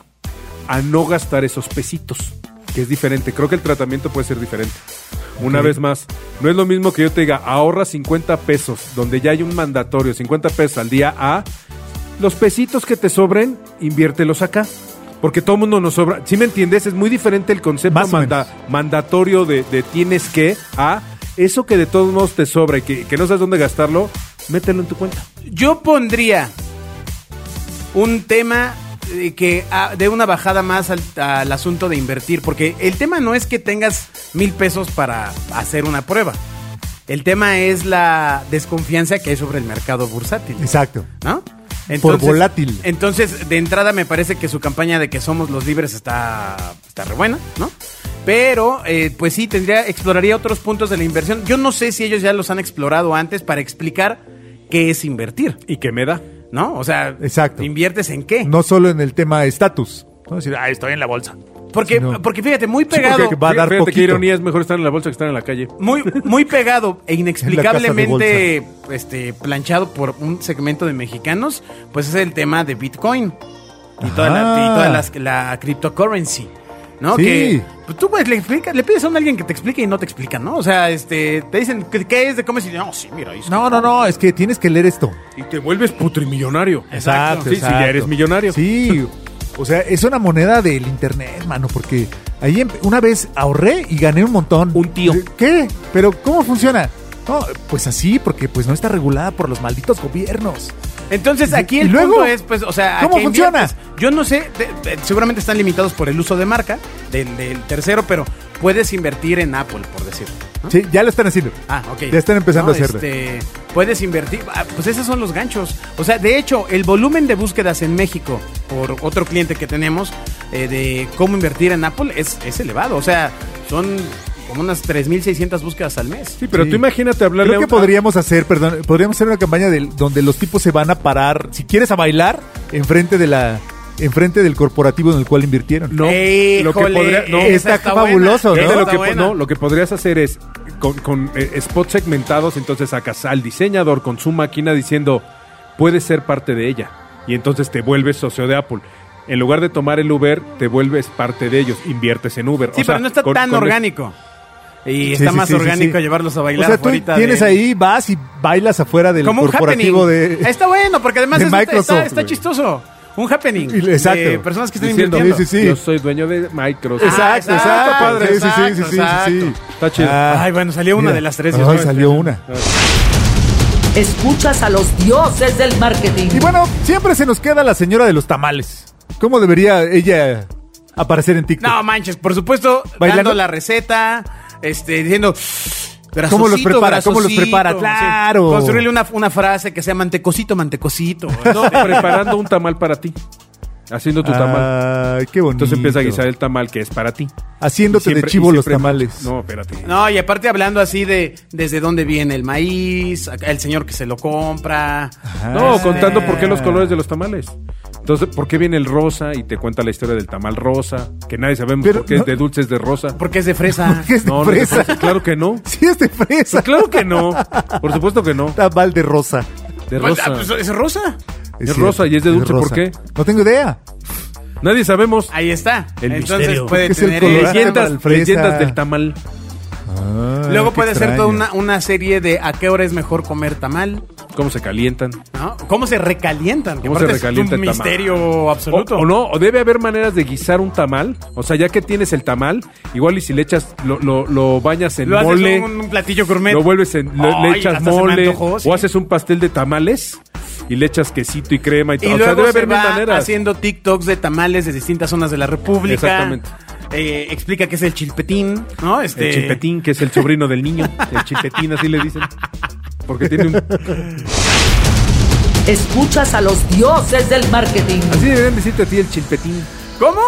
Speaker 3: a no gastar esos pesitos, que es diferente. Creo que el tratamiento puede ser diferente. Una vez más, no es lo mismo que yo te diga ahorra 50 pesos, donde ya hay un mandatorio, 50 pesos al día a los pesitos que te sobren, inviértelos acá. Porque todo mundo nos sobra. Si me entiendes, es muy diferente el concepto
Speaker 4: Más o
Speaker 3: manda- mandatorio de, de tienes que a eso que de todos modos te sobra y que, que no sabes dónde gastarlo, mételo en tu cuenta.
Speaker 2: Yo pondría un tema eh, que ah, dé una bajada más al, al asunto de invertir, porque el tema no es que tengas mil pesos para hacer una prueba. El tema es la desconfianza que hay sobre el mercado bursátil.
Speaker 4: Exacto.
Speaker 2: ¿no?
Speaker 4: Por volátil.
Speaker 2: Entonces, de entrada me parece que su campaña de que somos los libres está, está re buena, ¿no? Pero, eh, pues sí, tendría, exploraría otros puntos de la inversión. Yo no sé si ellos ya los han explorado antes para explicar qué es invertir,
Speaker 3: ¿Y qué me da?
Speaker 2: ¿no? O sea,
Speaker 4: Exacto.
Speaker 2: ¿inviertes en qué?
Speaker 4: No solo en el tema estatus. ¿no? Es decir, ah,
Speaker 3: estoy en la bolsa.
Speaker 2: Porque,
Speaker 4: Sí, no.
Speaker 2: porque fíjate, muy pegado.
Speaker 4: porque va a dar
Speaker 3: Fíjate qué
Speaker 4: poquito.
Speaker 3: ironía, es mejor estar en la bolsa que estar en la calle.
Speaker 2: Muy, muy pegado e
Speaker 4: En
Speaker 2: inexplicablemente este, planchado por un segmento de mexicanos, pues es el tema de Bitcoin y toda, la,
Speaker 4: Ajá.
Speaker 2: y toda las- la cryptocurrency. ¿No?
Speaker 4: Sí.
Speaker 2: Que pues, tú pues, le, explica- le pides a un alguien que te explique y no te explica, ¿no? O sea, este, te dicen qué qué es, de cómo es y no, sí, mira, ahí está.
Speaker 4: "Ah, No, no, no, es que tienes que leer esto.
Speaker 3: Y te vuelves putrimillonario.
Speaker 2: Exacto.
Speaker 3: Sí, si ya eres millonario.
Speaker 4: Sí, o sea, es una moneda del internet, mano, porque ahí em- una vez ahorré y gané un montón.
Speaker 5: Un tío.
Speaker 4: ¿Qué? ¿Pero cómo funciona? No, pues así, porque pues no está regulada por los malditos gobiernos.
Speaker 2: Entonces aquí
Speaker 4: ¿Y
Speaker 2: el
Speaker 4: luego?
Speaker 2: punto es, pues, o sea, ¿a
Speaker 4: ¿Cómo
Speaker 2: qué
Speaker 4: funciona?
Speaker 2: inviertes? Yo no sé, de- de- seguramente están limitados por el uso de marca del, del tercero, pero puedes invertir en Apple, por decirlo. ¿no?
Speaker 4: Sí, ya lo están haciendo.
Speaker 2: Ah, ok.
Speaker 4: Ya están empezando
Speaker 2: No,
Speaker 4: a hacerlo.
Speaker 2: este, puedes invertir. ah, pues esos son los ganchos. O sea, de hecho, el volumen de búsquedas en México por otro cliente que tenemos eh, de cómo invertir en Apple es, es elevado. O sea, son como unas 3.600 búsquedas al mes.
Speaker 3: Sí, pero
Speaker 4: Sí.
Speaker 3: tú imagínate hablarle a
Speaker 4: Creo que
Speaker 3: un- ah.
Speaker 4: podríamos hacer, perdón, podríamos hacer una campaña del- donde los tipos se van a parar, si quieres a bailar, enfrente de la, enfrente del corporativo en el cual invirtieron.
Speaker 3: No, lo que
Speaker 2: Híjole,
Speaker 3: podría- no,
Speaker 2: esa
Speaker 4: está fabuloso,
Speaker 2: buena.
Speaker 4: ¿no?
Speaker 3: Ah, Fíjate
Speaker 2: Esa
Speaker 3: Lo
Speaker 2: está
Speaker 3: que, po-
Speaker 2: buena.
Speaker 3: no, lo que podrías hacer es con, con, eh, spots segmentados, entonces sacas al diseñador con su máquina diciendo, puedes ser parte de ella. Y entonces te vuelves socio de Apple. En lugar de tomar el Uber, te vuelves parte de ellos, inviertes en Uber.
Speaker 2: Sí,
Speaker 3: O sea,
Speaker 2: pero no está
Speaker 3: con-
Speaker 2: tan
Speaker 3: con-
Speaker 2: orgánico. Y
Speaker 4: Sí,
Speaker 2: está
Speaker 4: sí,
Speaker 2: más
Speaker 4: sí, sí,
Speaker 2: orgánico
Speaker 4: sí.
Speaker 2: llevarlos a
Speaker 4: O
Speaker 2: bailar.
Speaker 4: sea, tú
Speaker 2: afuerita
Speaker 4: tienes
Speaker 2: de-
Speaker 4: ahí, vas y bailas afuera del
Speaker 2: Como un
Speaker 4: corporativo
Speaker 2: happening.
Speaker 4: de...
Speaker 2: Está bueno, porque además
Speaker 4: de
Speaker 2: es- está-
Speaker 4: Microsoft,
Speaker 2: está, está
Speaker 4: güey.
Speaker 2: chistoso. Un happening.
Speaker 4: Y- exacto.
Speaker 2: De personas que están
Speaker 3: diciendo,
Speaker 2: invirtiendo.
Speaker 4: Sí, sí, sí.
Speaker 3: Yo soy dueño de Microsoft.
Speaker 2: Ah,
Speaker 4: Exacto, exacto,
Speaker 2: exacto,
Speaker 4: padre. Sí, sí, sí, sí,
Speaker 2: exacto,
Speaker 4: sí, sí, sí.
Speaker 2: exacto.
Speaker 3: Está chido.
Speaker 2: Ay, bueno, salió una de las tres, Dios
Speaker 4: Ah, Ay,
Speaker 2: mío.
Speaker 4: salió una.
Speaker 1: Escuchas a los dioses del marketing.
Speaker 4: Y bueno, siempre se nos queda la señora de los tamales. ¿Cómo debería ella aparecer en TikTok?
Speaker 2: No manches, por supuesto,
Speaker 4: ¿Bailando?
Speaker 2: dando la receta, este, diciendo.
Speaker 4: ¿Cómo los
Speaker 2: "Grasosito,
Speaker 4: prepara? ¿Cómo los
Speaker 2: grasosito",
Speaker 4: prepara?
Speaker 2: sí.
Speaker 4: Claro.
Speaker 2: Construirle una, una frase que sea mantecosito,
Speaker 4: [laughs]
Speaker 2: mantecosito.
Speaker 3: No, preparando un tamal para ti. Haciendo tu tamal.
Speaker 4: Ay, qué Ah, bonito.
Speaker 3: Entonces empieza a guisar el tamal que es para ti.
Speaker 4: Haciéndote de
Speaker 3: Siempre-
Speaker 4: chivo
Speaker 3: y
Speaker 4: los
Speaker 3: siempre-
Speaker 4: tamales.
Speaker 3: No, espérate.
Speaker 2: No, y aparte hablando así de desde dónde viene el maíz, acá el señor que se lo compra.
Speaker 3: No,
Speaker 4: Ah.
Speaker 3: contando por qué los colores de los tamales. Entonces, ¿por qué viene el rosa y te cuenta la historia del tamal rosa? Que nadie sabemos
Speaker 4: Pero
Speaker 3: por qué
Speaker 4: no-
Speaker 3: es de dulces de rosa.
Speaker 2: Porque es de
Speaker 4: [laughs]
Speaker 2: fresa.
Speaker 4: ¿Qué es de
Speaker 3: No, no es de
Speaker 4: fresa?
Speaker 3: fresa, claro que no.
Speaker 4: [laughs] Sí es de fresa.
Speaker 3: Pues claro que no. Por supuesto que no.
Speaker 4: Tamal de rosa.
Speaker 3: De
Speaker 2: Pues,
Speaker 3: rosa.
Speaker 2: ah, pues, es rosa.
Speaker 3: Es rosa y es de dulce, ¿por
Speaker 4: rosa.
Speaker 3: qué?
Speaker 4: No tengo idea.
Speaker 3: Nadie sabemos.
Speaker 2: Ahí está.
Speaker 3: El
Speaker 2: Entonces
Speaker 3: misterio.
Speaker 2: puede
Speaker 4: ¿Qué es el
Speaker 2: tener
Speaker 4: colorado?
Speaker 2: esa-
Speaker 4: Tamal,
Speaker 3: Leyendas,
Speaker 4: fresa.
Speaker 3: leyendas del tamal.
Speaker 2: Luego puede ser toda una, una serie de a qué hora es mejor comer tamal.
Speaker 3: ¿Cómo se calientan?
Speaker 2: ¿no? ¿Cómo se recalientan? Que
Speaker 3: ¿Cómo
Speaker 2: aparte
Speaker 3: se recalienta
Speaker 2: es un
Speaker 3: el tamal?
Speaker 2: misterio
Speaker 3: O,
Speaker 2: absoluto.
Speaker 3: o no, o debe haber maneras de guisar un tamal. O sea, ya que tienes el tamal, igual y si le echas, lo, lo- lo bañas en
Speaker 2: Lo
Speaker 3: mole.
Speaker 2: haces un, un platillo gourmet.
Speaker 3: Lo vuelves en, le-
Speaker 2: Ay,
Speaker 3: le echas
Speaker 2: hasta se me
Speaker 3: mole
Speaker 2: antojó, sí.
Speaker 3: o haces un pastel de tamales y le echas quesito y crema y,
Speaker 2: Y
Speaker 3: todo. o sea,
Speaker 2: luego
Speaker 3: debe
Speaker 2: se
Speaker 3: haber mil
Speaker 2: va
Speaker 3: maneras.
Speaker 2: haciendo TikToks de tamales de distintas zonas de la República.
Speaker 3: Exactamente.
Speaker 2: Eh, explica qué es el chilpetín, ¿no?
Speaker 3: El
Speaker 2: Este,
Speaker 3: chilpetín, que es el sobrino del niño. El chilpetín, así le dicen. Porque tiene un...
Speaker 1: Escuchas a los dioses del marketing.
Speaker 3: Así deberían decirte a ti el chilpetín.
Speaker 2: ¿Cómo?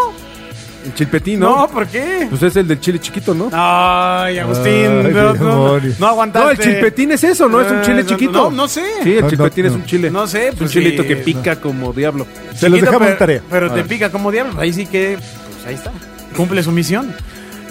Speaker 3: El chilpetín,
Speaker 2: No,
Speaker 3: ¿no?
Speaker 2: ¿por qué?
Speaker 3: Pues es el del chile chiquito, ¿no?
Speaker 2: Ay, Agustín,
Speaker 4: Ay,
Speaker 2: no,
Speaker 4: mi
Speaker 2: no,
Speaker 4: amor.
Speaker 2: no aguantaste.
Speaker 3: No, el chilpetín es eso, ¿no? Es un chile
Speaker 2: Eh,
Speaker 3: chiquito.
Speaker 2: No, no sé.
Speaker 3: Sí, el
Speaker 4: No,
Speaker 3: chilpetín
Speaker 4: no,
Speaker 3: es un chile.
Speaker 2: No sé,
Speaker 3: Es un
Speaker 2: pues
Speaker 3: chilito
Speaker 2: sí,
Speaker 3: que pica como diablo.
Speaker 4: Se los
Speaker 2: Chiquito,
Speaker 4: dejamos
Speaker 2: pero,
Speaker 4: en tarea.
Speaker 2: Pero te pica como diablos. Ahí sí que, pues ahí está. Cumple su misión.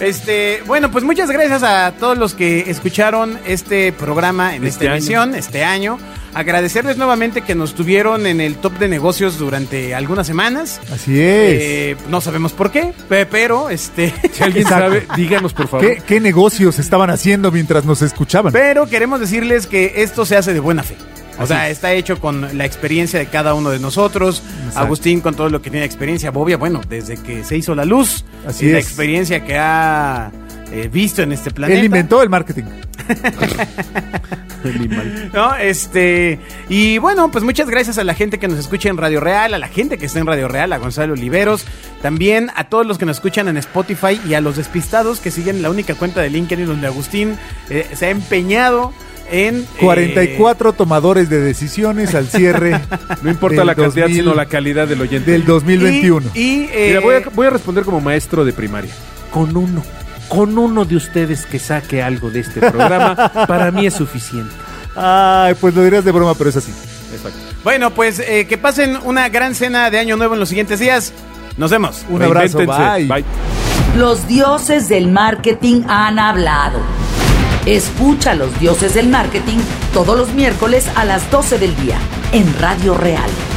Speaker 2: Este, bueno, pues muchas gracias a todos los que escucharon este programa en
Speaker 3: Este
Speaker 2: esta
Speaker 3: año.
Speaker 2: emisión, este año. Agradecerles nuevamente que nos tuvieron en el top de negocios durante algunas semanas.
Speaker 4: Así es.
Speaker 2: Eh, no sabemos por qué, pe- pero este.
Speaker 3: Si alguien
Speaker 4: Exacto.
Speaker 3: sabe, díganos, por favor.
Speaker 4: ¿Qué, qué negocios estaban haciendo mientras nos escuchaban?
Speaker 2: Pero queremos decirles que esto se hace de buena fe. O sea, está hecho con la experiencia de cada uno de nosotros. Agustín con todo lo que tiene experiencia. Bobia, bueno, desde que se hizo la luz.
Speaker 4: Así
Speaker 2: y La
Speaker 4: es.
Speaker 2: experiencia que ha eh, visto en este planeta.
Speaker 4: Él inventó el marketing.
Speaker 3: Animal.
Speaker 2: ¿No? Este. Y bueno, pues muchas gracias a la gente que nos escucha en Radio Real, a la gente que está en Radio Real, a Gonzalo Oliveros, también a todos los que nos escuchan en Spotify y a los despistados que siguen la única cuenta de LinkedIn donde Agustín eh, se ha empeñado en. eh,
Speaker 4: 44 tomadores de decisiones al cierre.
Speaker 3: Eh. [laughs] No importa
Speaker 4: del
Speaker 3: la cantidad,
Speaker 4: 2000
Speaker 3: sino la calidad del oyente.
Speaker 4: Del 2021.
Speaker 2: Y, y, eh,
Speaker 3: Mira, voy a, voy a responder como maestro de primaria.
Speaker 5: Con uno. Con uno de ustedes que saque algo de este programa, para mí es suficiente.
Speaker 4: Ay, pues lo dirías de broma, pero es así.
Speaker 2: Bueno, pues eh, que pasen una gran cena de Año Nuevo en los siguientes días. Nos vemos.
Speaker 4: Un abrazo,
Speaker 3: Reinvéntense.
Speaker 4: bye.
Speaker 1: Los dioses del marketing han hablado. Escucha a los dioses del marketing todos los miércoles a las 12 del día en Radio Real